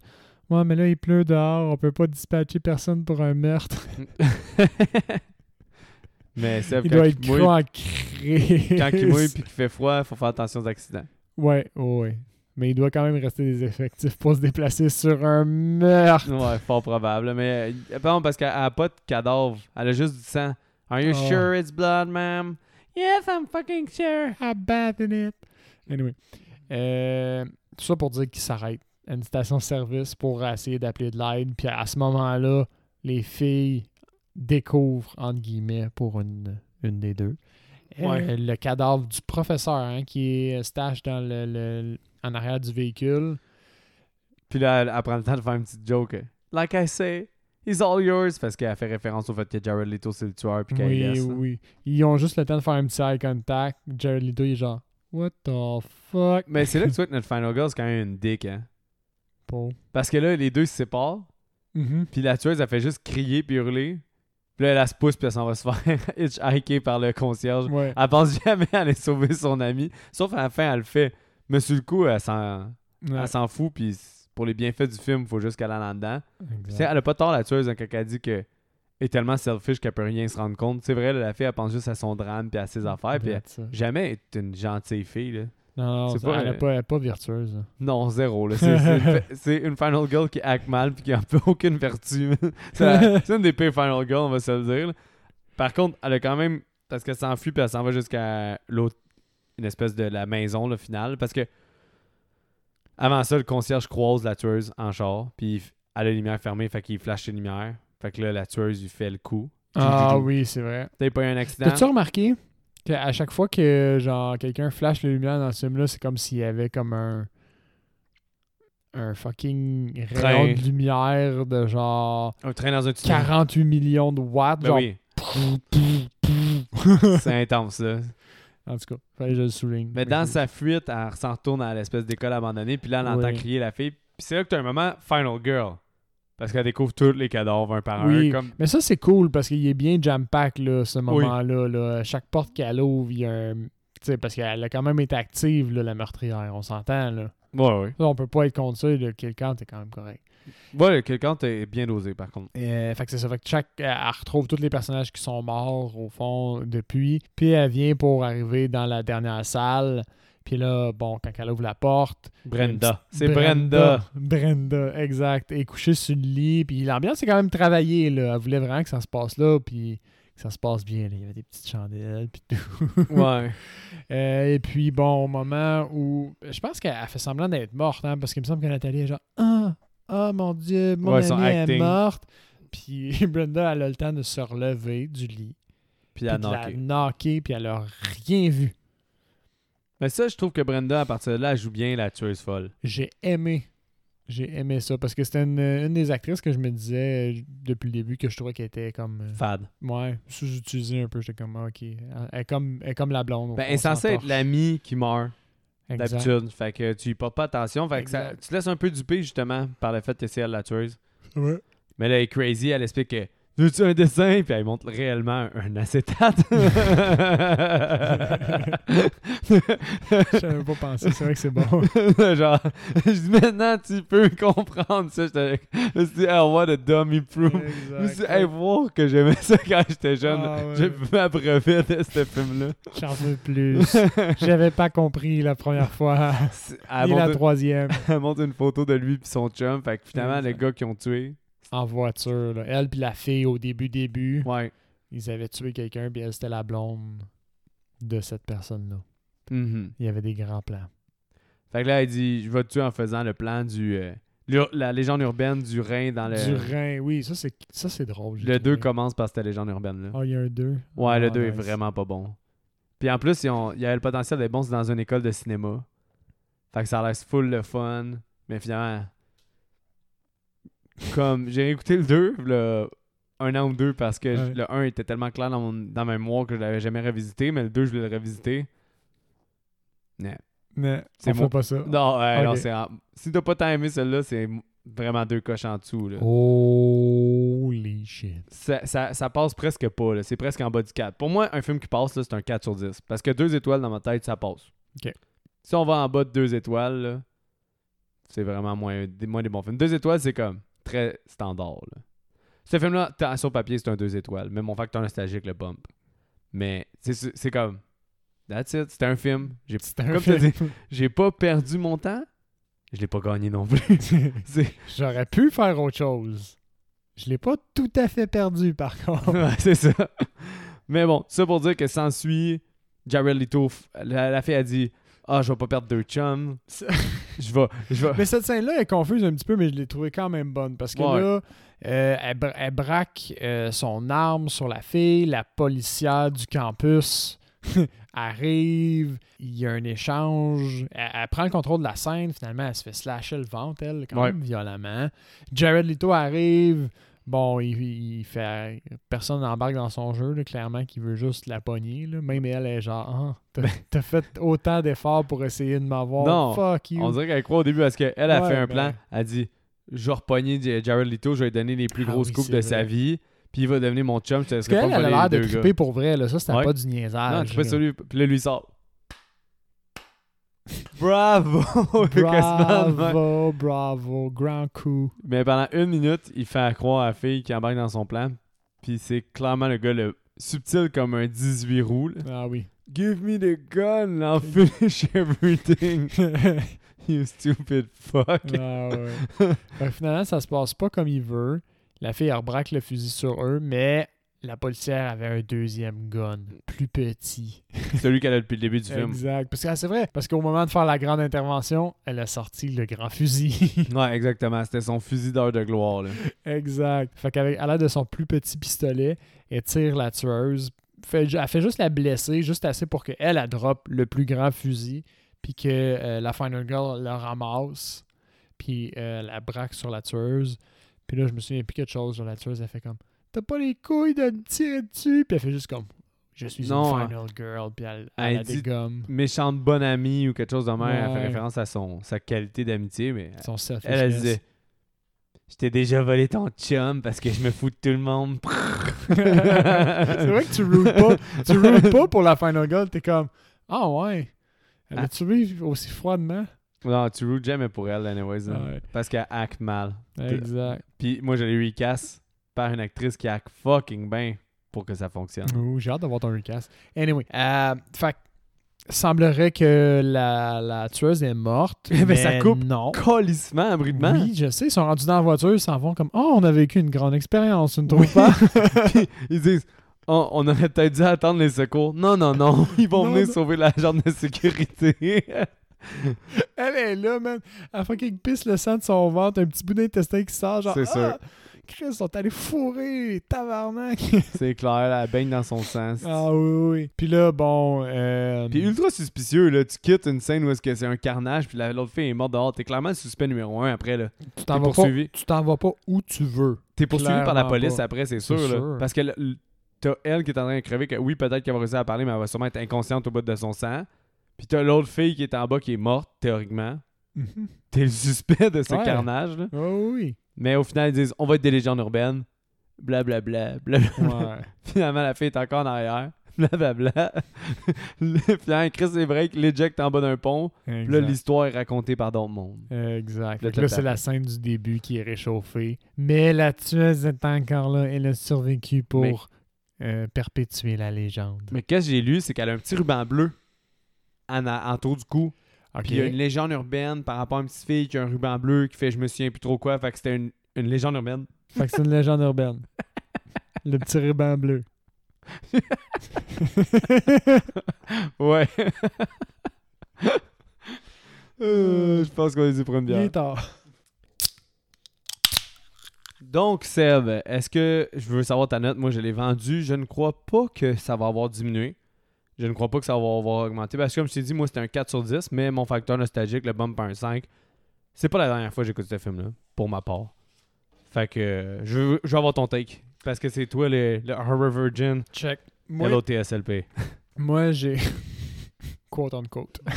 S2: Ouais, mais là, il pleut dehors, on peut pas dispatcher personne pour un meurtre.
S1: Mais c'est
S2: Il
S1: quand
S2: doit
S1: il
S2: être
S1: mouille-
S2: crancré.
S1: quand il mouille puis qu'il fait froid, faut faire attention aux accidents.
S2: Ouais, ouais, ouais. Mais il doit quand même rester des effectifs pour se déplacer sur un meurtre.
S1: Ouais, fort probable. Mais euh, pardon, parce qu'elle n'a pas de cadavre. Elle a juste du sang. Are you
S2: Oh.
S1: sure it's blood, ma'am? Yes, I'm fucking sure.
S2: I bath in it. Anyway. Euh, tout ça pour dire qu'ils s'arrêtent à une station-service pour essayer d'appeler de l'aide. Puis à ce moment-là, les filles découvrent, entre guillemets, pour une, une des deux, euh,
S1: Ouais.
S2: le cadavre du professeur hein, qui est stache dans le, le- en arrière du véhicule.
S1: Puis là, elle, elle prend le temps de faire une petite joke. Like I say, he's all yours. Parce qu'elle fait référence au fait que Jared Leto, c'est le tueur. Puis qu'elle hein.
S2: oui,
S1: laisse. là.
S2: oui. Ils ont juste le temps de faire un petit eye contact. Jared Leto, il est genre, What the fuck?
S1: Mais c'est là que tu vois que notre final girl, c'est quand même une dick, hein?
S2: Pauvre.
S1: Parce que là, les deux se séparent.
S2: Mhm.
S1: Puis la tueuse, elle fait juste crier puis hurler. Puis là, elle, elle se pousse puis elle s'en va se faire hitchhiker par le concierge.
S2: Ouais.
S1: Elle pense jamais à aller sauver son ami. Sauf à la fin, elle le fait. Mais sur le coup, elle s'en,
S2: Ouais.
S1: elle s'en fout. Puis c- pour les bienfaits du film, faut juste qu'elle aille en dedans. Puis tu sais,
S2: Exact.
S1: elle a pas tort, la tueuse, hein, quand elle dit que elle est tellement selfish qu'elle peut rien se rendre compte. C'est vrai, là, la fille, elle pense juste à son drame puis à ses affaires. Puis elle-
S2: Drette ça.
S1: jamais être une gentille fille. Là.
S2: Non, non
S1: C'est
S2: ça-
S1: pas,
S2: elle
S1: euh,
S2: n'est pas, elle est pas virtueuse. là.
S1: Non, zéro. là. C'est- C'est une, c'est une Final Girl qui hack mal puis qui n'a peu aucune vertu. c'est la- c'est une des pires Final Girls, on va se le dire. là. Par contre, elle a quand même. Parce qu'elle s'enfuit puis elle s'en va jusqu'à l'autre. Une espèce de la maison, le finale. Parce que. Avant ça, le concierge croise la tueuse en char. Puis il f- elle a les lumières fermées, fait qu'il flash les lumières. Fait que là, la tueuse, lui fait le coup.
S2: Ah
S1: Dou- dou- dou.
S2: oui, c'est vrai.
S1: T'as pas eu un accident.
S2: T'as-tu remarqué qu'à chaque fois que genre quelqu'un flash les lumières dans ce film-là, c'est comme s'il y avait comme un un fucking
S1: Train.
S2: rayon de lumière de genre
S1: Un train dans un tunnel.
S2: 48 millions de watts.
S1: Ben
S2: genre,
S1: oui, c'est intense, là.
S2: en tout cas, fallait que je le souligne.
S1: Mais dans
S2: je-
S1: sa fuite, elle s'en retourne à l'espèce d'école abandonnée, puis là, elle entend
S2: Oui.
S1: crier la fille. Puis c'est là que tu as un moment Final Girl. Parce qu'elle découvre tous les cadavres un par
S2: Oui.
S1: un. Comme...
S2: Mais ça, c'est cool parce qu'il est bien jam-pack, là, ce moment-là. là. Chaque porte qu'elle ouvre, il y a un. tu sais, parce qu'elle a quand même été active, là, la meurtrière, on s'entend, là.
S1: Ouais, ouais.
S2: Ça, on peut pas être contre ça, là, quelqu'un, t'es quand même correct.
S1: Ouais, quelqu'un t'es bien dosé, par contre.
S2: Euh, fait que c'est ça. Fait que chaque, elle, elle retrouve tous les personnages qui sont morts, au fond, depuis. Puis elle vient pour arriver dans la dernière salle. Puis là, bon, quand elle ouvre la porte.
S1: Brenda. C'est Brenda.
S2: Brenda, exact. Elle est couchée sur le lit. Puis l'ambiance est quand même travaillée, là. Elle voulait vraiment que ça se passe là. Puis que ça se passe bien, là. Il y avait des petites chandelles. Puis tout.
S1: ouais.
S2: Euh, et puis, bon, au moment où. Je pense qu'elle elle fait semblant d'être morte, hein, parce qu'il me semble que Nathalie est genre Ah, ah mon Dieu, mon
S1: Ouais, son
S2: amie est
S1: acting.
S2: morte. Puis Brenda, elle a le temps de se relever du lit.
S1: Puis
S2: Puis
S1: elle
S2: de
S1: knock.
S2: la knocker, puis elle a rien vu.
S1: Mais ça, je trouve que Brenda, à partir de là, elle joue bien la tueuse folle.
S2: J'ai aimé. J'ai aimé ça, parce que c'était une, une des actrices que je me disais euh, depuis le début que je trouvais qu'elle était comme. euh,
S1: Fade.
S2: ouais, sous-utilisée un peu. J'étais comme, Ah, ok. Elle elle est comme, elle est comme la blonde. au
S1: Ben,
S2: fond,
S1: elle est censée
S2: sans
S1: être
S2: torche.
S1: l'amie qui meurt,
S2: Exact.
S1: d'habitude. Fait que tu y portes pas attention. Fait que ça-
S2: Exact.
S1: tu te laisses un peu duper, justement, par le fait que c'est elle la tueuse.
S2: Ouais.
S1: Mais là, elle est crazy, elle explique que veux-tu un dessin? Puis elle montre réellement un acétate.
S2: Je savais pas penser, c'est vrai que c'est bon.
S1: Genre, je dis maintenant tu peux comprendre ça. J'étais- Je me suis dit, oh, what a dummy proof. Je me suis dit,
S2: Exact.
S1: hey, voir que j'aimais ça quand j'étais jeune.
S2: Ah ouais.
S1: Je m'abreuvais de ce film-là.
S2: J'en veux plus. J'avais pas compris la première fois.
S1: C'est-
S2: Et
S1: Elle,
S2: la
S1: montre,
S2: troisième.
S1: elle montre une photo de lui puis son chum. Fait que finalement, le
S2: Exact.
S1: gars qu'ils ont tué.
S2: En voiture, là. elle puis la fille au début, début,
S1: Ouais.
S2: ils avaient tué quelqu'un, puis elle, c'était la blonde de cette personne-là.
S1: Mhm.
S2: Il y avait des grands plans.
S1: Fait que là, elle dit, je vais te tuer en faisant le plan du euh, l'ur- la légende urbaine du Rhin dans le.
S2: Du Rhin, oui, ça c'est ça c'est drôle. j'ai
S1: Le 2
S2: trouvé.
S1: commence par cette légende urbaine-là.
S2: Ah, il y a un 2.
S1: Ouais, le 2 est vraiment pas bon. Puis en plus, ils ont- il y avait le potentiel d'être bon c'est dans une école de cinéma. Fait que ça a l'air full le fun. Mais finalement, comme j'ai écouté le 2, le un an ou deux, parce que je-
S2: Ouais.
S1: le 1 était tellement clair dans, mon, dans ma mémoire que je l'avais jamais revisité, mais le 2, je voulais le revisiter.
S2: Mais
S1: C'est
S2: on
S1: moi.
S2: fait pas ça.
S1: Non, ouais,
S2: Ok.
S1: non, c'est en- si t'as pas tant aimé celle-là, c'est vraiment deux coches en dessous.
S2: Oh.
S1: Là.
S2: Holy shit.
S1: ça, ça- ça passe presque pas. là. C'est presque en bas du 4. Pour moi, un film qui passe, là, c'est un 4 sur 10. Parce que deux étoiles dans ma tête, ça passe.
S2: Ok.
S1: Si on va en bas de deux étoiles, là, c'est vraiment moins, des- moins des bons films. Deux étoiles, c'est comme très standard. là. Ce film-là, t'as- sur papier, c'est un deux étoiles. Même mon facteur nostalgique le bump. Mais c'est- c'est c'est comme. That's it. C'était un film. J'ai-
S2: C'est un
S1: Comme t'as
S2: film.
S1: J'ai pas perdu mon temps. Je l'ai pas gagné non plus. C'est-
S2: J'aurais pu faire autre chose. Je l'ai pas tout à fait perdu par contre.
S1: Ouais, c'est ça. Mais bon, ça pour dire que s'ensuit, Jared Leto, f- la, la fille a dit Ah, je vais pas perdre deux chums.
S2: Ça-
S1: Je vais. Je vais.
S2: Mais cette scène-là est confuse un petit peu, mais je l'ai trouvée quand même bonne. Parce que
S1: Ouais.
S2: là, euh, elle, bra- elle braque euh, son arme sur la fille, la policière du campus arrive, il y a un échange, elle, elle prend le contrôle de la scène, finalement, elle se fait slasher le ventre, elle, quand
S1: Ouais.
S2: même violemment. Jared Leto arrive, bon, il, il fait... Personne n'embarque dans son jeu, là, clairement, qui veut juste la pogner. là. Même elle est genre, Ah, t'as- t'as fait autant d'efforts pour essayer de m'avoir,
S1: Non,
S2: fuck you.
S1: On dirait qu'elle croit au début parce qu'elle a
S2: Ouais, ben.
S1: fait un
S2: mais-
S1: plan. Elle dit Je vais repogner J- Jared Leto, je vais lui donner les plus
S2: Ah
S1: grosses
S2: oui,
S1: coupes
S2: c'est
S1: de
S2: vrai.
S1: sa vie. Puis il va devenir mon chum. Je te
S2: Parce
S1: laisserai
S2: qu'elle,
S1: pas
S2: elle
S1: voler
S2: a l'air
S1: les
S2: de
S1: deux gars.
S2: triper pour vrai, là. Ça, c'était
S1: Ouais.
S2: pas du
S1: Non,
S2: niaisage.
S1: je suis pas
S2: là.
S1: sur lui. Puis là, lui il sort. Bravo! Quasiment de même.
S2: Bravo, bravo, grand coup.
S1: Mais pendant une minute, il fait croire à la fille qui embarque dans son plan. Puis c'est clairement le gars le subtil comme un 18 roues. là.
S2: Ah oui.
S1: Give me the gun, I'll finish everything. you stupid fuck.
S2: Ah ouais. Fait que finalement, ça se passe pas comme il veut. La fille, elle braque le fusil sur eux, mais la policière avait un deuxième gun, plus petit.
S1: Celui qu'elle a depuis le début du film.
S2: Exact. Parce que ah, c'est vrai, parce qu'au moment de faire la grande intervention, elle a sorti le grand fusil.
S1: Ouais, exactement. C'était son fusil d'heure de gloire. là.
S2: Exact. Fait qu'avec à l'aide de son plus petit pistolet, elle tire la tueuse. Fait, elle fait juste la blesser, juste assez pour qu'elle, elle drop le plus grand fusil, puis que euh, la Final Girl le ramasse, puis euh, la braque sur la tueuse. Puis là, je me souviens plus quelque chose. genre, la tueuse, elle fait comme T'as pas les couilles de me tirer dessus, puis elle fait juste comme Je suis
S1: Non,
S2: une Final Girl, puis elle, elle,
S1: elle
S2: la
S1: dit-
S2: dégomme.
S1: Méchante bonne amie ou quelque chose de même. Elle
S2: Ouais.
S1: fait référence à son, sa qualité d'amitié. mais
S2: Son
S1: Elle, elle
S2: selfishness.
S1: disait Je t'ai déjà volé ton chum parce que je me fous de tout le monde.
S2: c'est vrai que tu routes pas. Tu routes pas pour la Final Girl. T'es comme, ah ouais. Elle
S1: Ah.
S2: a tué aussi froidement.
S1: Non, tu routes jamais pour elle, anyways. là.
S2: Ouais.
S1: Parce qu'elle acte mal.
S2: Exact.
S1: Puis moi, je l'ai recast par une actrice qui acte fucking bien pour que ça fonctionne.
S2: Ouh, J'ai hâte d'avoir ton recast. Anyway. Euh, fait que semblerait que la, la tueuse est morte.
S1: Mais Ben, ça coupe
S2: Non.
S1: Colissement, abruptement.
S2: Oui, je sais. Ils sont rendus dans la voiture. Ils s'en vont comme, oh, on a vécu une grande expérience. Tu ne trouves pas?
S1: Puis ils disent on, on aurait peut-être dû attendre les secours. Non, non, non. Ils vont
S2: Non,
S1: venir
S2: non.
S1: sauver l'agent de sécurité.
S2: Elle est là, man. Elle fucking pisse le sang de son ventre, un petit bout d'intestin qui sort. Genre,
S1: C'est sûr.
S2: ah, Chris, ils sont allés fourrer, tabarnak.
S1: C'est clair, elle baigne dans son sens.
S2: Ah oui, oui, oui. Puis là, bon. euh,
S1: Puis ultra suspicieux, là, tu quittes une scène où est-ce que c'est un carnage, puis la- l'autre fille est morte dehors. T'es clairement le suspect numéro un après, là.
S2: tu
S1: T'es
S2: t'en vas pas.
S1: poursuivi.
S2: Tu t'en vas pas où tu veux.
S1: T'es poursuivi par la
S2: Clairement
S1: police
S2: pas.
S1: après, c'est
S2: C'est
S1: sûr, là.
S2: sûr.
S1: Parce que le- le- t'as elle qui est en train de crever, que oui, peut-être qu'elle va réussir à parler, mais elle va sûrement être inconsciente au bout de son sang. Puis t'as l'autre fille qui est en bas qui est morte, théoriquement. T'es le suspect de ce
S2: Ouais.
S1: carnage, là.
S2: Oh oui.
S1: Mais au final, ils disent on va être des légendes urbaines. Blablabla. Bla, bla,
S2: Ouais.
S1: Finalement, la fille est encore en arrière. Blablabla. Le- Finalement, Chris et Break l'éjecte en bas d'un pont. Puis là,
S2: exact.
S1: l'histoire est racontée par d'autres mondes.
S2: Exact.
S1: Le
S2: Fait que là,
S1: top
S2: c'est la scène du début qui est réchauffée. Mais la tueuse est encore là. Elle a survécu pour
S1: Mais-
S2: euh, perpétuer la légende.
S1: Mais qu'est-ce que j'ai lu, c'est qu'elle a un petit ruban bleu en, en autour du cou.
S2: Ok.
S1: Ah, Puis il y a une légende urbaine par rapport à une petite fille qui a un ruban bleu qui fait je me souviens plus trop quoi. Fait que c'était une, une légende urbaine.
S2: Fait que c'est une légende urbaine. Le petit ruban bleu.
S1: Ouais. Euh, je pense qu'on est dû prendre une
S2: Il
S1: bière.
S2: est tard.
S1: Donc, Seb, est-ce que je veux savoir ta note? Moi, je l'ai vendue. Je ne crois pas que ça va avoir diminué. Je ne crois pas que ça va avoir augmenté. Parce que, comme je t'ai dit, moi, c'était un 4 sur 10, mais mon facteur nostalgique, le bump à un 5, c'est pas la dernière fois que j'écoute ce film-là, pour ma part. Fait que euh, je veux, je veux avoir ton take. Parce que c'est toi le, le Horror Virgin
S2: Check. Moi,
S1: LOTSLP.
S2: moi j'ai. quote on quote.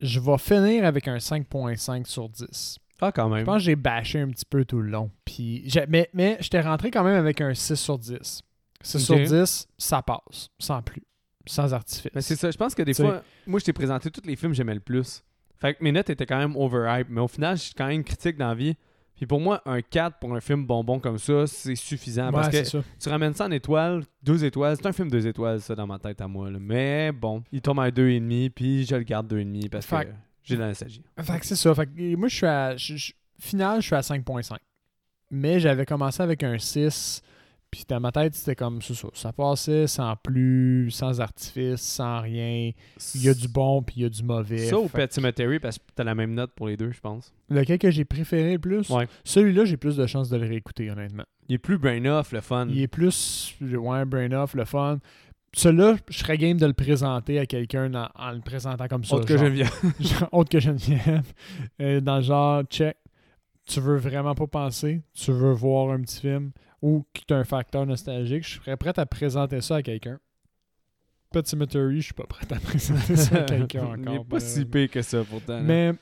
S2: je vais finir avec un 5.5 sur 10.
S1: Ah, quand
S2: Je
S1: même.
S2: pense que j'ai bâché un petit peu tout le long. Puis, j'ai- mais, mais j'étais rentré quand même avec un 6 sur 10. 6 sur
S1: Ok.
S2: 10, ça passe, sans plus, sans artifice.
S1: Mais c'est ça, je pense que des
S2: Tu
S1: fois, moi je t'ai présenté tous les films que j'aimais le plus. Fait que mes notes étaient quand même overhype, mais au final, je suis quand même critique dans la vie. Puis pour moi, un 4 pour un film bonbon comme ça, c'est suffisant.
S2: Ouais,
S1: hein, parce que
S2: c'est ça.
S1: tu ramènes ça en étoile, deux étoiles. C'est un film deux étoiles, ça, dans ma tête à moi. là. Mais bon, il tombe à deux et demi, puis je le garde deux et demi parce
S2: Fait
S1: que j'ai de la nostalgie.
S2: Fait que c'est ça. Fait que moi, je suis à. je- je- final, je suis à 5.5. Mais j'avais commencé avec un 6. Puis dans ma tête, c'était comme c'est ça. Ça passait sans plus, sans artifice, sans rien. Il y a du bon, puis il y a du mauvais.
S1: Ça ou
S2: Fait-
S1: Pet Cemetery, parce que t'as la même note pour les deux, je pense.
S2: Lequel que j'ai préféré le plus
S1: Ouais.
S2: Celui-là, j'ai plus de chances de le réécouter, honnêtement.
S1: Il est plus brain off, le fun.
S2: Il est plus, ouais, brain off, le fun. Celui-là, je serais game de le présenter à quelqu'un en, en le présentant comme ça.
S1: Autre que
S2: genre-
S1: Geneviève.
S2: genre, autre que Geneviève. Euh, dans le genre, check, tu veux vraiment pas penser, tu veux voir un petit film ou que tu un facteur nostalgique, je serais prête à présenter ça à quelqu'un. Pet Cemetery, je suis pas prête à présenter ça à quelqu'un encore.
S1: Il est pas
S2: ben,
S1: si pire hein. que ça, pourtant. là.
S2: Mais,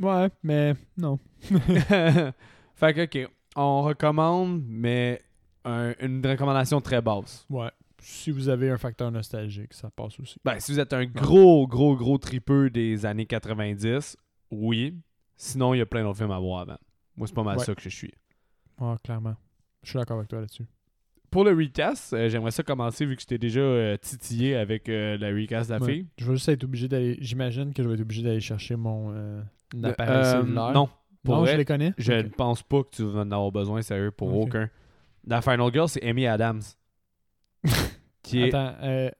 S2: ouais, mais non.
S1: fait que, ok, on recommande, mais un- une recommandation très basse.
S2: Ouais. Si vous avez un facteur nostalgique, ça passe aussi.
S1: Ben, si vous êtes un gros, gros, gros tripeux des années 90, oui. Sinon, il y a plein d'autres films à voir avant. Moi, c'est pas mal
S2: Ouais.
S1: ça que je suis.
S2: Ouais, clairement. Je suis d'accord avec toi là-dessus.
S1: Pour le recast, euh, j'aimerais ça commencer vu que je t'ai déjà euh, titillé avec euh, la recast de la
S2: Ouais.
S1: fille.
S2: Je vais juste être obligé d'aller. J'imagine que je vais être obligé d'aller chercher mon euh,
S1: Le-
S2: appareil
S1: euh,
S2: cellulaire.
S1: Non, pour
S2: Non, je
S1: vrai,
S2: les connais.
S1: je ne
S2: Ok.
S1: pense pas que tu vas en avoir besoin, sérieux, pour
S2: Ok.
S1: aucun. La Final Girl, c'est Amy Adams, qui est
S2: Attends, euh,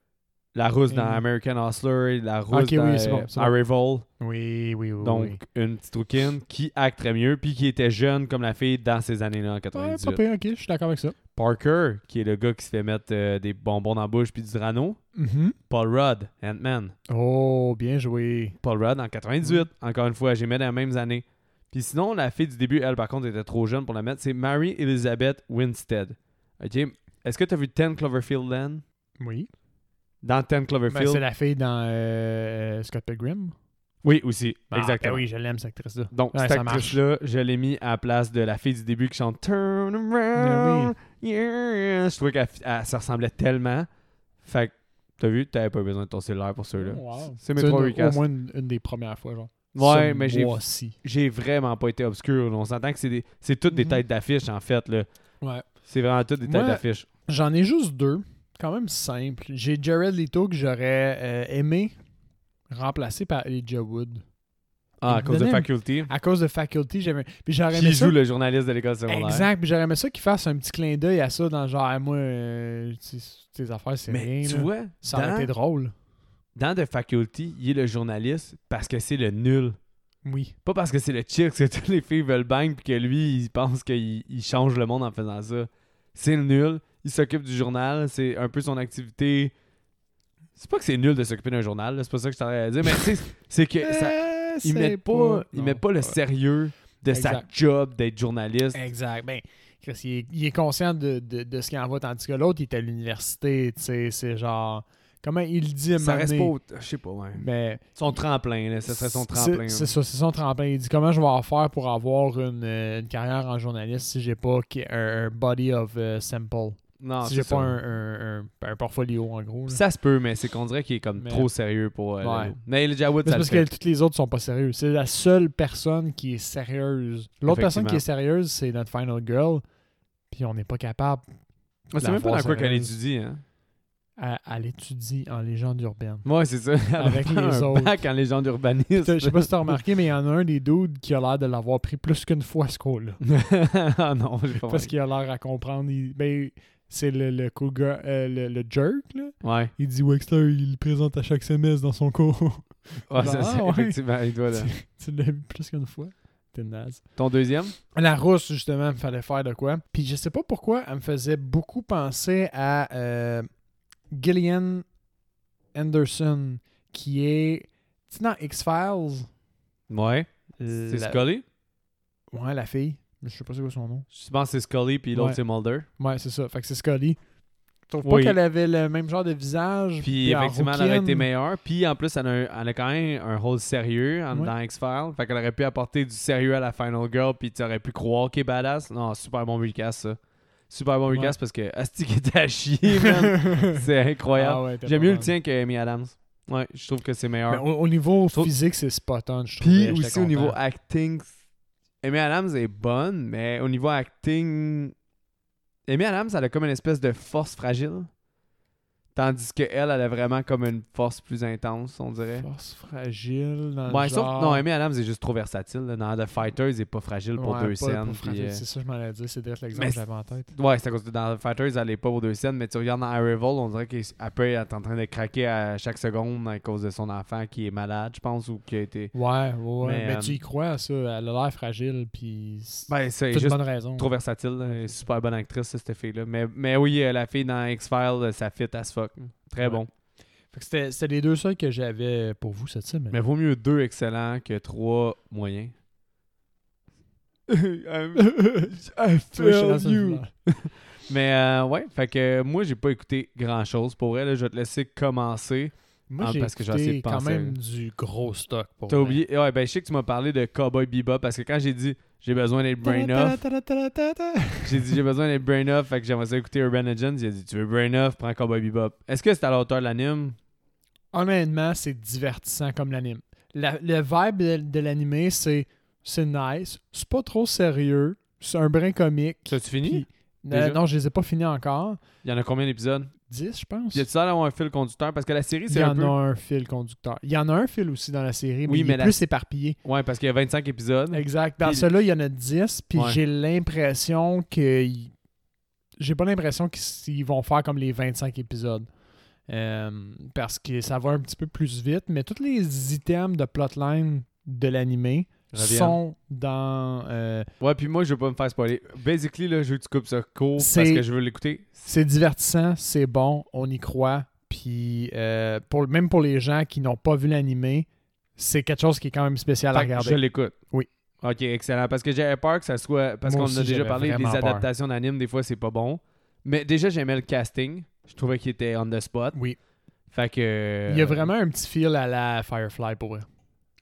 S1: la rousse dans
S2: Amy.
S1: American Hustler, la rousse
S2: Mm. Ok, oui,
S1: dans
S2: c'est bon,
S1: euh,
S2: c'est bon.
S1: Arrival.
S2: Oui, oui, oui.
S1: Donc,
S2: oui.
S1: une petite rouquine qui acte très mieux, puis qui était jeune comme la fille dans ces années-là en
S2: Ouais,
S1: 98.
S2: pas pire, ok, je suis d'accord avec ça.
S1: Parker, qui est le gars qui se fait mettre euh, des bonbons dans la bouche puis du drano. Paul Rudd, Ant-Man.
S2: Oh, bien joué.
S1: Paul Rudd en 98.
S2: Mm.
S1: Encore une fois, j'ai mis dans les mêmes années. Puis sinon, la fille du début, elle, par contre, était trop jeune pour la mettre. C'est Mary Elizabeth Winstead. OK? Est-ce que tu as vu 10 Cloverfield Land?
S2: Oui.
S1: Dans 10 Cloverfield?
S2: Ben, c'est la fille dans euh, Scott Pilgrim.
S1: Oui, aussi.
S2: Ah,
S1: Exactement.
S2: ben oui, je l'aime, cette actrice-là.
S1: Donc,
S2: Ouais,
S1: cette
S2: ça marche.
S1: actrice-là, je l'ai mis à la place de la fille du début qui chante Turn around. yeah. Je trouvais qu'elle elle- ça ressemblait tellement. Fait que, t'as vu, t'avais pas besoin de ton cellulaire pour ceux-là.
S2: Oh, Wow.
S1: C'est mes
S2: C'est
S1: trois
S2: une- Au
S1: recasts.
S2: moins une, une des premières fois, genre.
S1: Ouais,
S2: Ce
S1: mais j'ai-
S2: mois-ci.
S1: J'ai vraiment pas été obscur. là. On s'entend que c'est des- c'est toutes des
S2: Mhm.
S1: têtes d'affiche, en fait. là.
S2: Ouais.
S1: C'est vraiment toutes des têtes
S2: Moi,
S1: d'affiche.
S2: J'en ai juste deux. Quand même simple. J'ai Jared Leto que j'aurais euh, aimé remplacer par Elijah Wood.
S1: Ah, à
S2: me
S1: cause de
S2: donnait un-
S1: Faculty.
S2: À cause de Faculty, j'avais. Puis j'aurais aimé
S1: Qui
S2: ça.
S1: joue le journaliste de l'école secondaire.
S2: Exact, puis j'aurais aimé ça qu'il fasse un petit clin d'œil à ça dans genre, Ah, moi, euh, tu sais, tes affaires, c'est rien.
S1: Mais tu
S2: là.
S1: vois,
S2: ça aurait été
S1: dans,
S2: drôle.
S1: dans The Faculty, il est le journaliste parce que c'est le nul.
S2: Oui.
S1: Pas parce que c'est le chick que toutes les filles veulent bang puis que lui, il pense qu'il il change le monde en faisant ça. C'est nul. Il s'occupe du journal. C'est un peu son activité. C'est pas que c'est nul de s'occuper d'un journal, là, c'est pas ça que je t'aurais à dire, mais tu sais, c'est
S2: Eh, Euh,
S1: que ça, ils mettent pas, ils mettent pas le sérieux de sa
S2: Exact.
S1: job d'être journaliste.
S2: Exact. Ben, Chris, il est, il est conscient de, de, de ce qu'il en va, tandis que l'autre, il est à l'université, tu sais, c'est genre. Comment il le dit à un
S1: Ça
S2: moment
S1: reste pas,
S2: donné, Ben,
S1: au- je sais pas, ouais.
S2: Mais
S1: Son tremplin, là, ça serait son
S2: c'est-
S1: tremplin.
S2: C'est
S1: là.
S2: ça, c'est son tremplin. Il dit comment je vais en faire pour avoir une, euh, une carrière en journaliste si j'ai pas qui- un, un body of euh, sample.
S1: Non, Ah,
S2: si
S1: c'est
S2: j'ai
S1: ça.
S2: pas un, un, un- un portfolio en gros. là.
S1: Ça se peut, mais c'est qu'on dirait qu'il est comme
S2: Mais-
S1: trop sérieux pour. euh,
S2: Ouais.
S1: le- Mais Elijah Wood, ça
S2: Mais C'est
S1: le
S2: parce
S1: fait.
S2: que toutes les autres sont pas sérieux. C'est la seule personne qui est sérieuse. L'autre personne qui est sérieuse, c'est notre final girl. Puis on n'est pas capable.
S1: On sait même pas
S2: la
S1: dans quoi
S2: voix
S1: qu'elle
S2: sérieuse.
S1: étudie, hein.
S2: à- Elle étudie en légende urbaine.
S1: Ouais, c'est ça. Elle
S2: Avec
S1: va faire
S2: les
S1: un
S2: autres.
S1: bac en légende urbaniste.
S2: Je sais pas si t'as remarqué, mais il y en a un des dudes qui a l'air de l'avoir pris plus qu'une fois ce cours-là.
S1: ah non, j'ai pas
S2: Parce qu'il a l'air à comprendre. il- ben, c'est le, le cool gars, euh, le, le jerk, là.
S1: Ouais.
S2: Il dit Wexler, il le présente à chaque semestre dans son cours.
S1: Ah, ça,
S2: Ah,
S1: c'est-
S2: ouais.
S1: Effectivement, il doit là.
S2: tu l'as vu plus qu'une fois. T'es naze.
S1: Ton deuxième
S2: La rousse, justement, me fallait faire de quoi. Puis je sais pas pourquoi, elle me faisait beaucoup penser à euh, Gillian Anderson, qui est. Tu sais, dans X-Files.
S1: Ouais. C'est
S2: la...
S1: Scully
S2: Ouais, la fille. Je sais pas c'est quoi son nom.
S1: Je pense que c'est Scully, puis l'autre
S2: Ouais.
S1: c'est Mulder.
S2: Ouais, c'est ça. Fait que c'est Scully. Je trouve pas
S1: Oui.
S2: qu'elle avait le même genre de visage.
S1: Puis
S2: en
S1: effectivement, elle aurait été
S2: rouquine.
S1: meilleure. Puis en plus, elle a, un- elle a quand même un rôle sérieux en-
S2: Ouais.
S1: dans X-Files. Fait qu'elle aurait pu apporter du sérieux à la Final Girl. Puis tu aurais pu croire qu'elle est badass. Non, super bon recast, ça. Super bon
S2: Ouais.
S1: recast parce que Asti qui était à chier, man. C'est incroyable.
S2: Ah ouais, t'as
S1: J'aime
S2: pas
S1: mieux le
S2: mal.
S1: tien que Amy Adams. Ouais, je trouve que c'est
S2: Mais
S1: meilleur.
S2: Ben, au, au niveau
S1: trouve-
S2: physique, c'est spot on. je trouvais,
S1: Puis
S2: j'étais
S1: aussi au
S2: content.
S1: niveau acting, Amy Adams est bonne, mais au niveau acting, Amy Adams, elle a comme une espèce de force fragile. Tandis que elle, elle a vraiment comme une force plus intense, on dirait.
S2: Force fragile dans
S1: Ouais,
S2: le
S1: sauf-
S2: genre.
S1: non, Amy Adams est juste trop versatile. là. Dans The Fighters, il est pas fragile pour
S2: Ouais,
S1: deux
S2: pas-
S1: scènes.
S2: pas
S1: puis,
S2: fragile, C'est ça, je m'en ai dit. C'est direct l'exemple
S1: Mais
S2: que j'avais en tête.
S1: euh, ouais, c'est à cause de dans The Fighters, elle est pas pour deux scènes, mais tu regardes dans Arrival, on dirait qu'elle s- elle peut être en train de craquer à chaque seconde à cause de son enfant qui est malade, je pense, ou qui a été.
S2: Ouais, ouais.
S1: Mais,
S2: Mais,
S1: euh,
S2: tu y crois à ça. Elle a l'air fragile, puis c'est
S1: Ben, c'est
S2: toute
S1: juste
S2: bonne raison.
S1: trop versatile. là. Elle est Super bonne actrice, ça, cette fille-là. Mais, mais oui, euh, la fille dans X-Files, euh, ça fit as fuck. Très
S2: Ouais.
S1: bon.
S2: Fait que C'était c'était les deux seuls que j'avais pour vous cette semaine.
S1: Mais vaut mieux deux excellents que trois moyens. Euh,
S2: I
S1: Tu vois, je suis dans une humeur. mais euh, ouais, fait que euh, moi, j'ai pas écouté grand-chose. Pour elle, je vais te laisser commencer.
S2: Moi,
S1: Ah,
S2: j'ai
S1: parce que j'ai
S2: écouté
S1: essayé de
S2: quand
S1: penser,
S2: même du gros stock pour
S1: T'as
S2: vrai.
S1: oublié. Ouais, ben, je sais que tu m'as parlé de Cowboy Bebop parce que quand j'ai dit j'ai besoin d'être brain off,
S2: Ta-da-ta-da-ta-da-ta-da.
S1: j'ai dit j'ai besoin d'être brain off, fait que j'aimerais ça écouter Urban Legends. Il a dit tu veux brain off, prends Cowboy Bebop. Est-ce que c'est à la hauteur de l'anime
S2: Honnêtement, c'est divertissant comme l'anime. La- le vibe de, de l'anime, c'est c'est nice, c'est pas trop sérieux, c'est un brin comique.
S1: T'as-tu fini
S2: Puis- Euh,
S1: déjà?
S2: non, je les ai pas finis encore.
S1: Il y en a combien d'épisodes
S2: 10, je pense.
S1: Y a-tu ça d'avoir un fil conducteur Parce que la série,
S2: Il
S1: c'est
S2: y
S1: un
S2: en
S1: peu.
S2: a un fil conducteur. Il y en a un fil aussi dans la série, mais
S1: Oui,
S2: il
S1: mais
S2: est
S1: la-
S2: plus éparpillé.
S1: Ouais, parce qu'il y a 25 épisodes.
S2: Exact. Dans
S1: Puis-
S2: celui-là, il y en a 10, puis
S1: Ouais.
S2: j'ai l'impression que... il- J'ai pas l'impression qu'ils ils vont faire comme les 25 épisodes. Euh, parce que ça va un petit peu plus vite, mais tous les items de plotline de l'animé
S1: Reviennent.
S2: sont dans... euh,
S1: Ouais, puis moi, je veux pas me faire spoiler. Basically, là, je veux que tu coupes ça court parce
S2: C'est-
S1: que je veux l'écouter.
S2: c'est divertissant, c'est bon, on y croit. Puis euh, pour, même pour les gens qui n'ont pas vu l'animé, c'est quelque chose qui est quand même spécial à
S1: Fait que
S2: regarder.
S1: Je l'écoute.
S2: Oui.
S1: Ok, excellent. Parce que j'avais peur que ça soit. Parce
S2: Moi
S1: qu'on en a
S2: aussi,
S1: déjà
S2: j'avais
S1: parlé des
S2: vraiment peur.
S1: adaptations d'animes, des fois, c'est pas bon. Mais déjà, j'aimais le casting. Je trouvais qu'il était on the spot.
S2: Oui.
S1: Fait que.
S2: Il y a vraiment un petit feel à la Firefly pour vrai.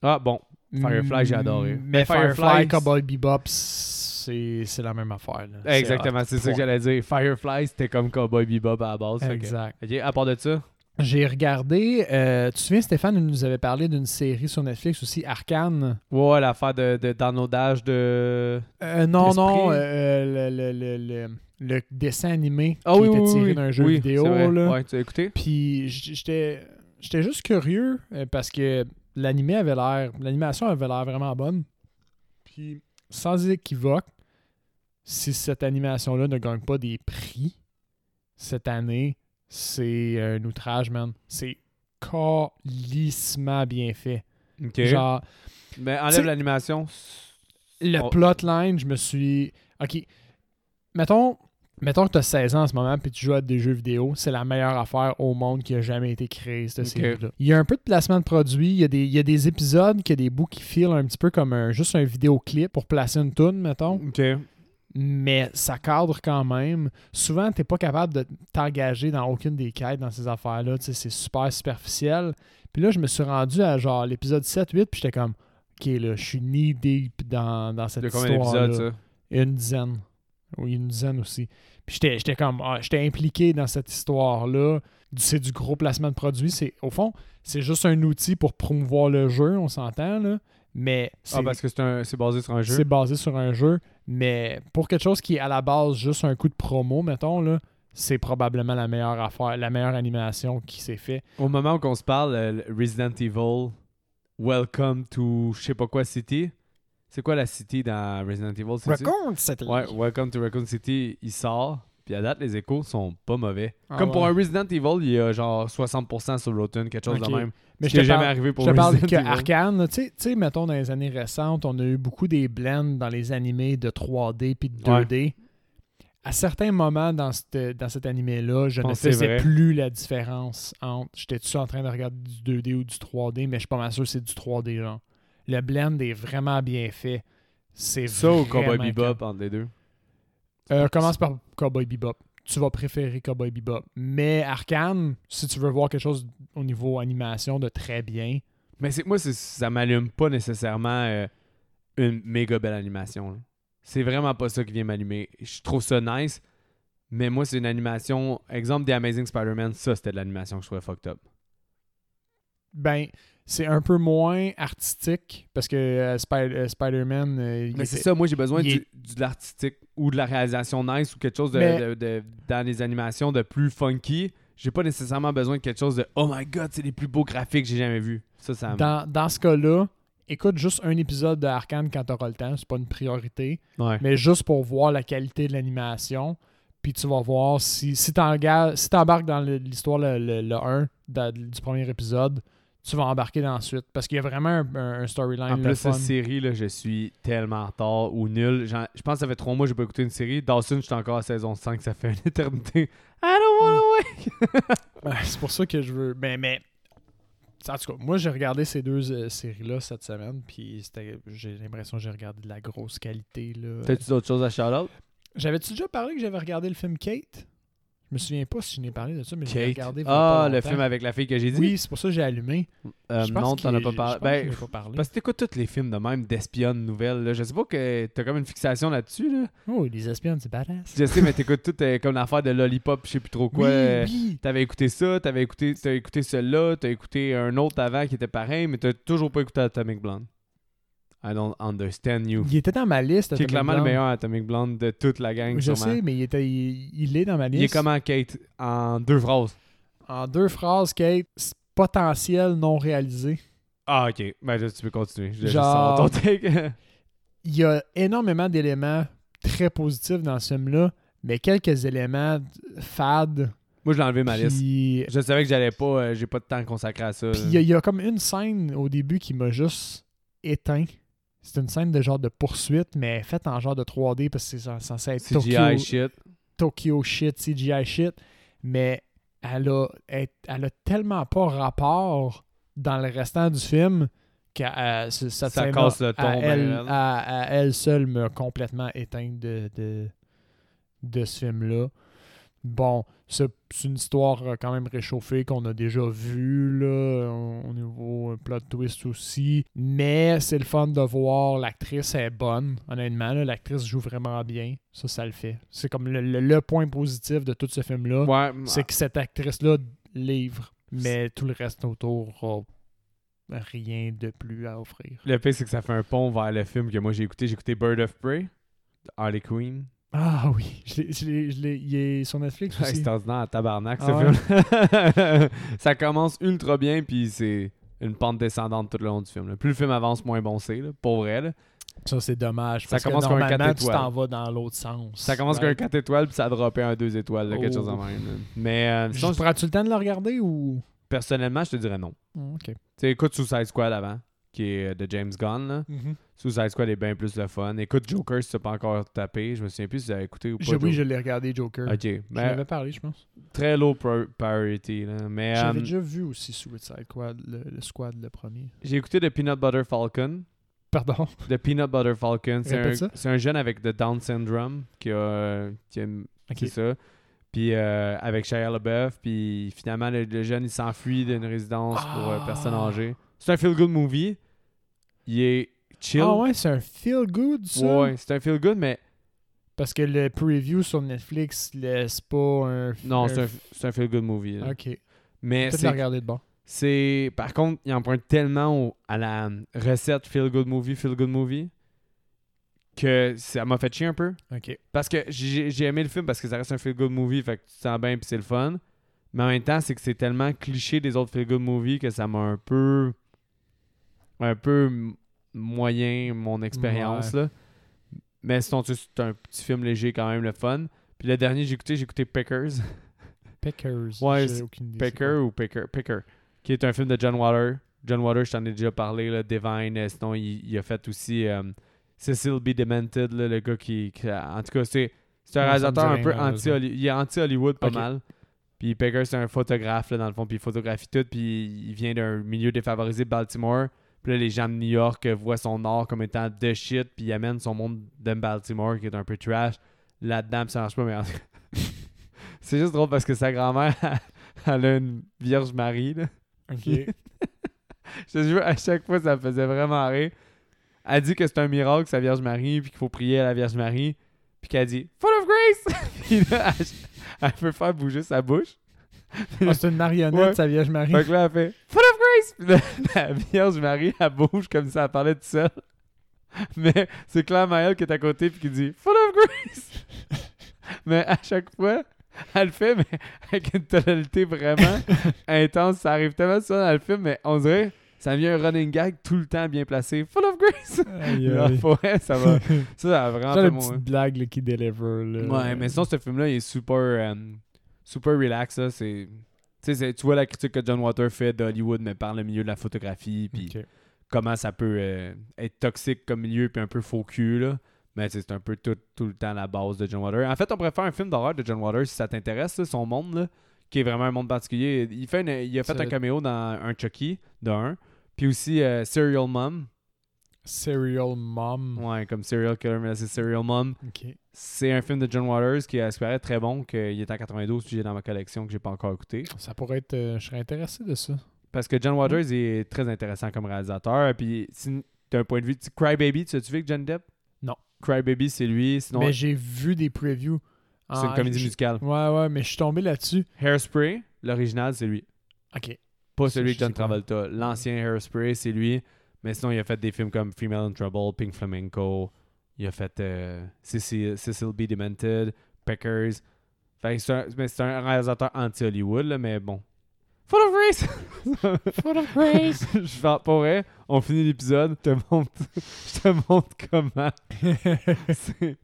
S1: Ah, bon. Firefly, j'ai adoré.
S2: Mm,
S1: Mais
S2: Mais,
S1: Firefly,
S2: Firefly,
S1: c'est-
S2: Cowboy Bebop, c'est c'est la même affaire. là. C'est
S1: Exactement,
S2: hot.
S1: c'est ça que
S2: Point.
S1: j'allais dire. Firefly, c'était comme Cowboy Bebop à la base. fait que-
S2: Exact.
S1: Ok, à part de ça.
S2: J'ai regardé, euh, tu te souviens, Stéphane, il nous avait parlé d'une série sur Netflix aussi, Arcane.
S1: Ouais, l'affaire de, de downloadage de.
S2: Euh, non,
S1: Esprit.
S2: non, euh, le, le- le- le- le dessin animé
S1: Ah
S2: qui
S1: oui,
S2: était
S1: oui,
S2: tiré
S1: oui.
S2: d'un jeu
S1: Oui,
S2: vidéo.
S1: c'est vrai.
S2: là.
S1: Ouais, tu as écouté?
S2: Puis j- j'étais j'étais juste curieux euh, parce que l'animé avait l'air l'animation avait l'air vraiment bonne. Puis sans équivoque, si cette animation là ne gagne pas des prix cette année, c'est un outrage man. C'est calissement bien fait.
S1: Ok.
S2: Genre
S1: Mais
S2: T'sais-
S1: enlève l'animation.
S2: le
S1: On-
S2: plotline, je me suis. Ok. Mettons, mettons que tu as 16 ans en ce moment puis tu joues à des jeux vidéo. C'est la meilleure affaire au monde qui a jamais été créée, cette
S1: Ok.
S2: série-là. Il y a un peu de placement de produits. Il y a des, il y a des épisodes, il y a des bouts qui filent un petit peu comme un- juste un vidéoclip pour placer une tune, mettons.
S1: Ok.
S2: Mais ça cadre quand même. Souvent, tu pas capable de t'engager dans aucune des quêtes dans ces affaires-là. Tu sais, C'est super superficiel. Puis là, je me suis rendu à genre l'épisode 7-8, puis j'étais comme. Ok, là, je suis knee deep dans, dans cette
S1: De
S2: histoire
S1: combien d'épisodes ça Ah,
S2: une dizaine. Oui, une dizaine aussi. Puis j'étais, j'étais comme ah, j'étais impliqué dans cette histoire-là. Du- C'est du gros placement de produits. C'est, au fond, c'est juste un outil pour promouvoir le jeu, on s'entend, là. Mais c'est,
S1: Ah, parce que c'est un- c'est basé sur un jeu.
S2: c'est basé sur un jeu. Mais pour quelque chose qui est à la base juste un coup de promo, mettons, là, c'est probablement la meilleure affaire, la meilleure animation qui s'est faite.
S1: Au moment où on se parle, euh, le Resident Evil, Welcome to je sais pas quoi City. C'est quoi la city dans Resident Evil c'est-tu?
S2: cette
S1: Ouais, Welcome to Raccoon City, il sort. Puis à date, les échos sont pas mauvais.
S2: Ah
S1: Comme pour
S2: ouais.
S1: un Resident Evil, il y a genre 60% sur Rotten, quelque chose
S2: Ok.
S1: de même.
S2: Mais
S1: Ce
S2: je
S1: qui
S2: te
S1: est jamais
S2: parle-
S1: arrivé pour
S2: Je te parle
S1: Resident
S2: que
S1: Evil.
S2: Arkane, là, tu sais- tu sais, mettons, dans les années récentes, on a eu beaucoup des blends dans les animés de 3D puis de 2D. À certains moments dans, cette- dans cet animé-là, je,
S1: Je
S2: ne
S1: pense que c'est
S2: faisais
S1: vrai.
S2: plus la différence entre j'étais-tu en train de regarder du 2D ou du 3D, mais je suis pas mal sûr que c'est du 3D. Genre. Le blend est vraiment bien fait. C'est
S1: Ça ou Cowboy
S2: vraiment
S1: Bebop entre les deux.
S2: euh, commence par Cowboy Bebop. Tu vas préférer Cowboy Bebop. Mais Arkane, si tu veux voir quelque chose au niveau animation de très bien,
S1: Mais c'est moi, c'est- ça m'allume pas nécessairement euh, une méga belle animation. là. C'est vraiment pas ça qui vient m'allumer. Je trouve ça nice, mais moi, c'est une animation. Exemple des Amazing Spider-Man, ça, c'était de l'animation que je trouvais fucked up.
S2: ben, c'est un peu moins artistique parce que euh, Spy- euh, Spider-Man. euh, il
S1: Mais c'est
S2: était-
S1: ça, moi, j'ai besoin
S2: il
S1: du, du- de l'artistique ou de la réalisation nice ou quelque chose de,
S2: Mais-
S1: de- de- dans les animations de plus funky. J'ai pas nécessairement besoin de quelque chose de Oh my god, c'est les plus beaux graphiques que j'ai jamais vus. Ça, ça me-
S2: Dans, dans ce cas-là, écoute juste un épisode de Arkane quand t'auras le temps, c'est pas une priorité,
S1: Ouais.
S2: mais juste pour voir la qualité de l'animation. Puis tu vas voir si, si t'engages- si t'embarques dans le- l'histoire le, le- le 1 de- du premier épisode, tu vas embarquer dans la suite. Parce qu'il y a vraiment un, un- un storyline.
S1: En
S2: le
S1: plus,
S2: fun.
S1: cette série, là, je suis tellement en retard ou nul. J'en- Je pense que ça fait trois mois que j'ai pas écouté une série. Dawson, je suis encore à saison 5, ça fait une éternité. I don't wanna
S2: Hmm.
S1: wait!
S2: Ouais, Ben, c'est pour ça que je veux. Mais, mais. En tout cas, moi, j'ai regardé ces deux euh, séries-là cette semaine, puis c'était- j'ai l'impression que j'ai regardé de la grosse qualité. là.
S1: T'as-tu d'autres choses à shout-out?
S2: J'avais-tu déjà parlé que j'avais regardé le film Kate Je me souviens pas si je n'ai parlé de ça, mais j'ai
S1: Kate.
S2: regardé. il y a
S1: Ah,
S2: pas
S1: le
S2: longtemps.
S1: film avec la fille que j'ai dit?
S2: Oui, c'est pour ça que j'ai allumé.
S1: Euh,
S2: Je pense
S1: non,
S2: qu'il-
S1: t'en as pas parlé.
S2: je pense que
S1: Ben,
S2: je n'ai pas parlé.
S1: parce que t'écoutes tous les films de même d'espionne nouvelle. Là. Je sais pas que t'as comme une fixation là-dessus. Là.
S2: Oh, les espions, c'est badass.
S1: Je sais, mais t'écoutes tout euh, comme l'affaire de Lollipop, je sais plus trop quoi. Euh,
S2: Oui, oui.
S1: T'avais écouté ça, t'avais écouté, t'as écouté celui-là, t'as écouté un autre avant qui était pareil, mais t'as toujours pas écouté Atomic Blonde. I don't understand you.
S2: Il était dans ma liste.
S1: Qui est
S2: Atomic
S1: clairement le
S2: Blonde.
S1: meilleur Atomic Blonde de toute la gang,
S2: Je
S1: sûrement.
S2: sais, mais il, était, il, il est dans ma liste.
S1: Il est comment, Kate, en deux phrases?
S2: En deux phrases, Kate, c'est potentiel non réalisé.
S1: Ah, ok. Ben, là, tu peux continuer. Je
S2: Genre-
S1: Genre... ton take.
S2: il y a énormément d'éléments très positifs dans ce film-là, mais quelques éléments fades.
S1: Moi, je l'ai enlevé de ma liste.
S2: Puis,
S1: Je savais que j'allais pas... euh, J'ai pas de temps consacré à ça.
S2: puis il y, a- il y a comme une scène au début qui m'a juste éteint. C'est une scène de genre de poursuite, mais faite en genre de 3D parce que c'est cen- censé être
S1: CGI
S2: Tokyo,
S1: shit.
S2: Tokyo shit, CGI shit. Mais elle a, elle, elle a tellement pas rapport dans le restant du film que euh, ce-
S1: Ça
S2: cette scène-là,
S1: casse le ton,
S2: à
S1: ben,
S2: elle,
S1: raide.
S2: à, à elle seule m'a complètement éteint de, de, de ce film-là. Bon, c'est c'est une histoire euh, quand même réchauffée qu'on a déjà vue, là, au au niveau euh, plot twist aussi. Mais c'est le fun de voir. L'actrice est bonne, honnêtement. là, L'actrice joue vraiment bien. Ça, ça le fait. C'est comme le, le- le point positif de tout ce film-là.
S1: Ouais.
S2: Ah, C'est que cette actrice-là livre. Mais tout le reste autour a rien de plus à offrir.
S1: Le pire, c'est que ça fait un pont vers le film que moi, j'ai écouté. J'ai écouté Bird of Prey, Harley Quinn.
S2: Ah oui, je l'ai- je l'ai- je l'ai- il est sur Netflix
S1: Ouais,
S2: aussi.
S1: C'est ordinaire à tabarnak,
S2: Ah
S1: ce film.
S2: ouais?
S1: ça commence ultra bien, puis c'est une pente descendante tout le long du film. là. Plus le film avance, moins bon c'est, là, pour vrai. là.
S2: Ça c'est dommage.
S1: Ça
S2: parce que
S1: commence comme un
S2: normalement,
S1: quatre
S2: tu t'en vas dans l'autre sens.
S1: Ça commence
S2: Ouais.
S1: avec un 4 étoiles, puis ça a droppé un 2 étoiles, là, quelque chose
S2: Oh.
S1: de même. là. Mais euh,
S2: Je-
S1: sinon,
S2: Prends-tu le temps de le regarder ou.
S1: personnellement, je te dirais non.
S2: Oh, ok.
S1: Tu sais, écoute Suicide Squad avant, qui est euh, de James Gunn. là. Suicide Squad est bien plus le fun. Écoute Joker si t'as pas encore tapé. Je me souviens plus si t'as écouté ou pas. Ah,
S2: Je- oui, je
S1: Joker.
S2: l'ai regardé, Joker.
S1: Ok,
S2: J'en
S1: mais
S2: avais parlé, je pense.
S1: très low pro- priority. là. Mais
S2: J'avais
S1: euh,
S2: déjà vu aussi Suicide Squad, le, le squad, le premier.
S1: j'ai écouté The Peanut Butter Falcon.
S2: Pardon.
S1: The Peanut Butter Falcon. C'est
S2: Répète ça.
S1: un, c'est un jeune avec The Down Syndrome qui a. euh, qui a-
S2: Ok.
S1: C'est ça. Puis euh, avec Shia LaBeouf. Puis finalement, le, le jeune, il s'enfuit d'une résidence pour euh,
S2: Ah.
S1: personnes âgées. C'est un feel-good movie. Il est chill.
S2: Ah ouais, c'est un feel good, ça.
S1: Ouais, c'est un feel-good, mais
S2: Parce que le preview sur Netflix, le- c'est pas un.
S1: non, c'est un,
S2: Ok.
S1: c'est un feel-good movie. là.
S2: Peut-être
S1: Mais
S2: le
S1: c'est
S2: regarder de bord.
S1: C'est. Par contre, il emprunte tellement au- à la recette Feel Good Movie, Feel Good Movie que ça m'a fait chier un peu.
S2: Ok.
S1: Parce que j'ai j'ai aimé le film parce que ça reste un feel good movie, fait que tu te sens bien puis c'est le fun. Mais en même temps, c'est que c'est tellement cliché des autres feel good movies que ça m'a un peu. un peu m- moyen mon expérience. là. Mais sinon, tu sais, c'est un petit film léger quand même, le fun. Puis le dernier que j'ai écouté, j'ai écouté Pickers.
S2: Pickers.
S1: Ouais,
S2: j'ai
S1: c'est
S2: aucune idée. c'est
S1: Picker ou Picker, Picker, qui est un film de John Water. John Water, je t'en ai déjà parlé, là, Divine. euh, Sinon, il, il a fait aussi euh, Cecil B. Demented, là, le gars qui, qui- En tout cas, c'est c'est un
S2: Ouais, ça me
S1: réalisateur
S2: dit
S1: un peu
S2: rien,
S1: anti Il est anti-Hollywood pas
S2: Ok.
S1: mal. Puis Picker, c'est un photographe, là, dans le fond, puis il photographie tout. Puis il vient d'un milieu défavorisé de Baltimore. Puis là, les gens de New York euh, voient son art comme étant de shit, puis ils amènent son monde de Baltimore, qui est un peu trash, là-dedans, puis ça marche pas, mais en tout cas, C'est juste drôle parce que sa grand-mère, elle a une Vierge Marie, là.
S2: ça. Ok.
S1: Je te jure, à chaque fois, ça me faisait vraiment rire. Elle dit que c'est un miracle, sa Vierge Marie, puis qu'il faut prier à la Vierge Marie. Puis qu'elle dit « Full of grace! » Puis là, elle, elle peut faire bouger sa bouche.
S2: Ah, c'est une marionnette,
S1: Ouais.
S2: sa vierge Marie.
S1: Fait que là, elle fait « Full of grace! » Puis là, la Vierge Marie, elle bouge comme si elle parlait toute seule. Mais c'est Claire Maëlle qui est à côté puis qui dit « Full of grace! » Mais à chaque fois, elle le fait, mais avec une tonalité vraiment intense. Ça arrive tellement souvent dans le film, mais on dirait ça vient un running gag tout le temps bien placé. Full of grace!
S2: Aïe,
S1: Là,
S2: aïe.
S1: pour vrai, ça va. Ça, ça a vraiment
S2: Genre
S1: fait
S2: la
S1: mon-
S2: petite blague là, qui deliver. Là.
S1: Ouais, mais sinon, ce film-là, il est super, euh, super relax. là. C'est... tu sais, c'est- Tu vois la critique que John Water fait d'Hollywood, mais par le milieu de la photographie, puis
S2: Ok.
S1: comment ça peut euh, être toxique comme milieu, puis un peu faux cul. Là. Mais tu sais, c'est un peu tout, tout le temps la base de John Water. En fait, on pourrait faire un film d'horreur de John Water si ça t'intéresse, là, son monde, là, qui est vraiment un monde particulier. Il, fait une- il a fait
S2: Ça-
S1: un caméo dans un Chucky, de un, puis aussi euh, Serial Mom.
S2: Serial Mom.
S1: Ouais, comme Serial Killer, mais là, c'est Serial Mom.
S2: Ok.
S1: C'est un film de John Waters qui, à ce qui paraît, très bon, qu'il est en 92, puis j'ai dans ma collection que j'ai pas encore écouté.
S2: Ça pourrait être. euh, je serais intéressé de ça.
S1: Parce que John
S2: Mm.
S1: Waters est très intéressant comme réalisateur. Puis, si- d'un point de vue, tu- Cry Baby, tu as-tu vu avec John Depp
S2: Non.
S1: Cry Baby, c'est lui. Sinon,
S2: Mais
S1: c'est
S2: j'ai vu des previews.
S1: une
S2: Ah,
S1: comédie
S2: je-
S1: musicale.
S2: Ouais, ouais, mais je suis tombé là-dessus.
S1: Hairspray, l'original, c'est lui.
S2: Ok.
S1: Pas
S2: Ça,
S1: celui
S2: je
S1: de John
S2: sais pas.
S1: Travolta. L'ancien Hairspray, c'est lui. Mais sinon, il a fait des films comme Female in Trouble, Pink Flamenco. Il a fait euh, Cecil, Cecil B. Demented, Peckers. Fait que c'est un, mais c'est un réalisateur anti-Hollywood, là, mais bon. Full of Grace!
S2: Full of grace.
S1: Je vais pour vrai, on finit l'épisode, je te montre, je te montre comment. C'est-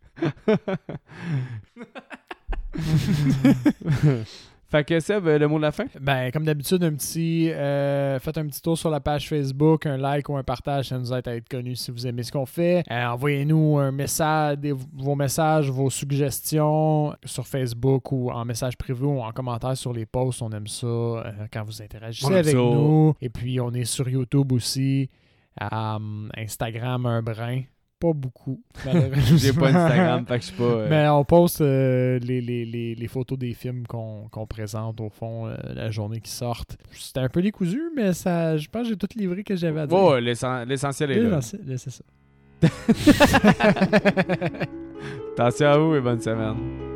S1: fait que Seb, euh, le mot de la fin?
S2: ben, comme d'habitude, un petit. euh, faites un petit tour sur la page Facebook, un like ou un partage, ça nous aide à être connus si vous aimez ce qu'on fait. Euh, Envoyez-nous un message, des- vos messages, vos suggestions sur Facebook ou en message privé ou en commentaire sur les posts. On aime ça euh, quand vous
S1: On
S2: interagissez
S1: aime
S2: avec
S1: ça.
S2: nous. Et puis, on est sur YouTube aussi, euh, Instagram, un brin. Pas beaucoup. malheureusement.
S1: J'ai pas Instagram, fait que je suis pas. euh,
S2: Mais Ben, on poste euh, les, les- les- les photos des films qu'on qu'on présente au fond euh, la journée qui sortent. C'était un peu décousu, mais ça, je pense que j'ai tout livré que j'avais à dire.
S1: Ouais, l'essen- l'essentiel est
S2: Là,
S1: là.
S2: c'est- là, c'est ça.
S1: Attention à vous et bonne semaine.